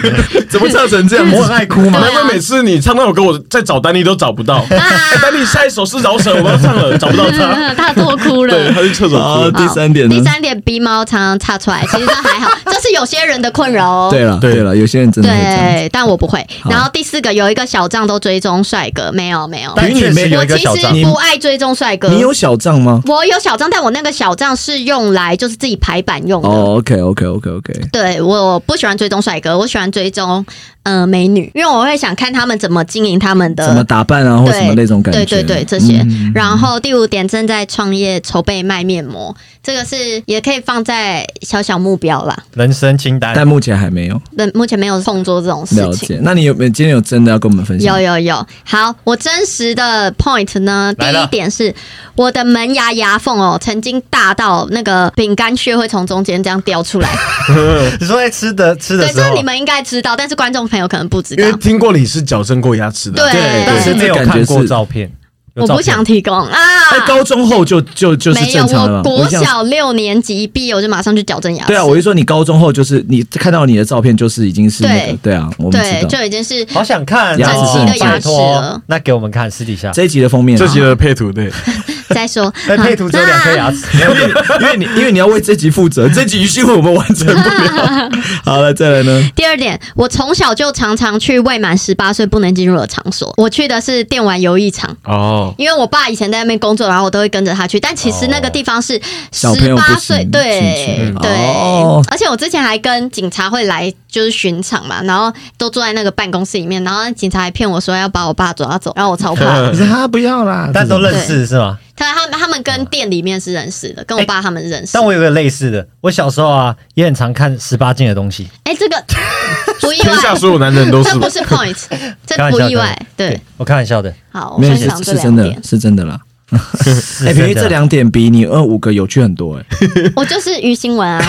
怎么唱成这样
我 很爱哭
对。
嘛
难
啊
怪每次你唱那首歌，我在找丹妮都找不到。哎丹妮下一首是饶舌，我要唱了，找不到她。
嗯他多哭了 啊
对，。她去厕所哭
好，。啊第三点呢
第？三点，鼻毛常常插出来，其实 这还好，这是有些人的困扰哦。
对了对了，有些人真的会这样。
对，但我不会。然后第四个，有一个小账都追踪帅哥，没有没有，
但
比你
确
没
实有
我
一个
其
小
实
张，
不爱追踪帅哥。
你有小账吗？
我有小账，但我那个小账是用来就是自己排版用的。
哦，OK OK OK OK，
对，我不喜欢追踪帅哥，我喜欢追踪呃美女，因为我会想看他们怎么经营他们的
怎么打扮啊，或什么那种感觉？
呃
嗯
对对对，这些。然后第五点，正在创业，筹备卖面膜，这个是也可以放在小小目标啦。
人生清单
但目前还没有
但目前没有碰做这种事
了
情。
解。那你有没有今天有真的要跟我们分享
有？有有，好，我真实的 point 呢，第
来了
一点是我的门牙牙缝哦，曾经大到那个饼干屑会从中间这样掉出来。
你说在吃的吃的
对，
时
这
候啊
你，们应该知道，但是观众朋友可能不知
因为
道。
听过你是矫正过牙齿的，
对对
但是
对
没有
这感觉是
看过照片，有
我
照
不
片
想提供啊。
在哎高中后就就就是
没有，
正常
我
了吧？
国
这样
小六年级一毕业，我就马上去矫正牙齿。
对啊，我就说你高中后就是你看到你的照片就是已经是那个
对
对啊，我们
对
知道
就已经是
好想看
牙齿是很
哦
整齐的
拜
牙齿
托
了，
那给我们看私底下。，
这一集的封面啊，
这集的配图对，
再 说
哎
嗯
那配图只有两颗牙齿，没有
因为你因为你要为这集负责，这集新闻我们完成不 了。好了，再来呢？
第二点，我从小就常常去未满十八岁不能进入的场所。我去的是电玩游艺场，
哦，
因为我爸以前在那边工作，然后我都会跟着他去。但其实那个地方是
小朋
十
友不
八
行
岁，
进
对
去
对、
哦
而且我之前还跟警察会来就是巡场嘛，然后都坐在那个办公室里面，然后警察还骗我说要把我爸抓走，然后我超怕 的。
你说他不要啦，
但都认识是吗？
他他们他们跟店里面是认识的，跟我爸他们认识。
但我有个类似的，我小时候啊也很常看十八禁的东西，
哎、这个不意
天下
外，
所有男人都
这
是
不是 point，
开
这
玩笑
不意外。对，，
我开玩笑的。
好，我
没有
分
是
享这
是真
两点
的，。是真的啦。
是
哎，平
真
平
的
这两点比你二五个有趣很多哎。
我就是于新 闻啊，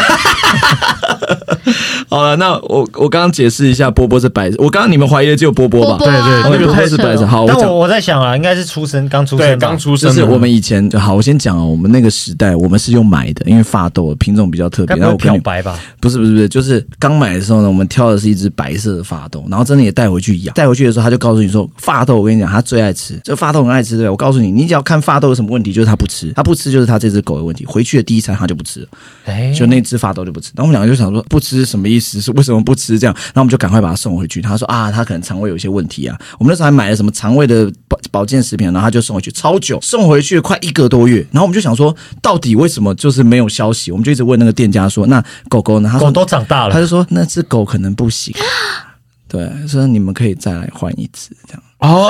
好了，那我我刚刚解释一下，波波是白色，我刚刚你们怀疑的只有波波吧？
波波
哦
啊对对对
波波是白色。好，我
但
讲
我我在想啊，应该是出生刚出
对
生吧，
刚出生
就
的，
是我们以前好，我先讲哦，我们那个时代我们是用买的，因为发豆的品种比较特别。
该不
然后我
会
跟
漂
你
白吧？
不是不是不是，就是刚买的时候呢，我们挑的是一只白色的发豆，然后真的也带回去养。带回去的时候，他就告诉你说，发豆我跟你讲，他最爱吃，这发豆很爱吃对吧？我告诉你，你只要看发豆有什么问题，就是他不吃，他不吃就是他这只狗的问题。回去的第一餐他就不吃了，
哎，
就那只发豆就不吃。然后我们两个就想说，不吃是什么意思？是为什么不吃这样？然后我们就赶快把它送回去。他说啊，他可能肠胃有一些问题啊。我们那时候还买了什么肠胃的保保健食品，啊然后他就送回去，超久，送回去快一个多月。然后我们就想说，到底为什么就是没有消息？我们就一直问那个店家说，那狗狗呢？他说
狗都长大
他
了，
就说那只狗可能不 行，对，说你们可以再来换一只这样。
哦，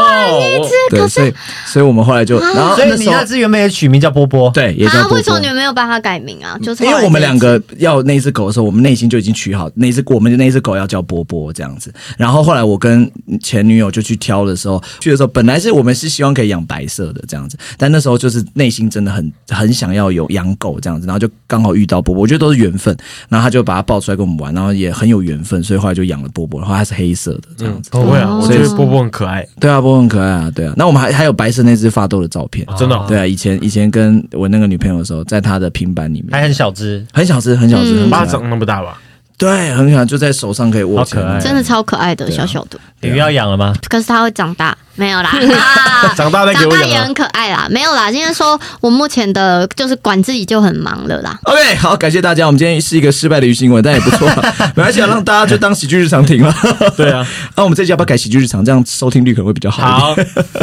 对，所以所以我们后来就，然后
所以
啊那
你
时候
那只原本也取名叫波波，
对也叫
啊，
波
为什么
波
你。们没有帮他改名啊？就是
因为我们两
后来
个要那只狗的时候，我们内心就已经取好那只，我们那只狗要叫波波这样子。然后后来我跟前女友就去挑的时候，去的时候本来是我们是希望可以养白色的这样子，但那时候就是内心真的很很想要有养狗这样子，然后就刚好遇到波波，我觉得都是缘分。然后他就把它抱出来跟我们玩，然后也很有缘分，所以后来就养了波波。然后它是黑色的这样子。
不会啊，
哦
我觉得波波很可爱，
对啊，波很可爱啊，对啊。那我们还还有白色那只发豆的照片，
真的哦
对啊，以前以前跟我那个女朋友的时候，在她的平板里面，
还很小只，
很小只，很小只，
嗯
很可
巴
爱
掌那么大吧？
对，很可爱，就在手上可以握起啊
好可爱
来，
自己真的超可爱的小小的，
啊
鱼要养了吗？
可是他会长大，没有啦，啊
长大再给
长
我
大
养
也
啊
很。可爱啦，没有啦。今天说我目前的就是管自己就很忙了啦。
OK，好，感谢大家。我们今天是一个失败的鱼新闻，但也不错， 没关系啊，让大家就当喜剧日常听了。对 啊，那、我们这期要不要改喜剧日常？这样收听率可能会比较好一点。
好，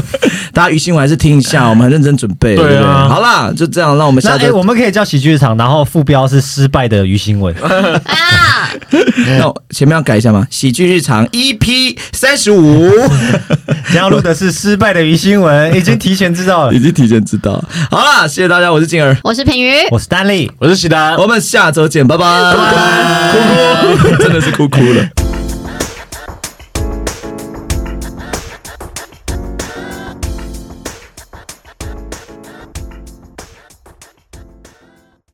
大家鱼新闻还是听一下，我们很认真准备。
对啊
不好啦，就这样，让我们
那
下
哎，
周
我们可以叫喜剧场，然后副标是失败的鱼新闻，
啊，
那我前面要改一下吗？喜剧日常 EP 三十 五。
今天要录的是失败的鱼新闻，已经提前知道 了
已。经提前知道。好啦，谢谢大家，我是静儿，
我是平鱼，
我是丹力，
我是喜达，
我们下周见，拜拜。哭哭，真的是哭哭了。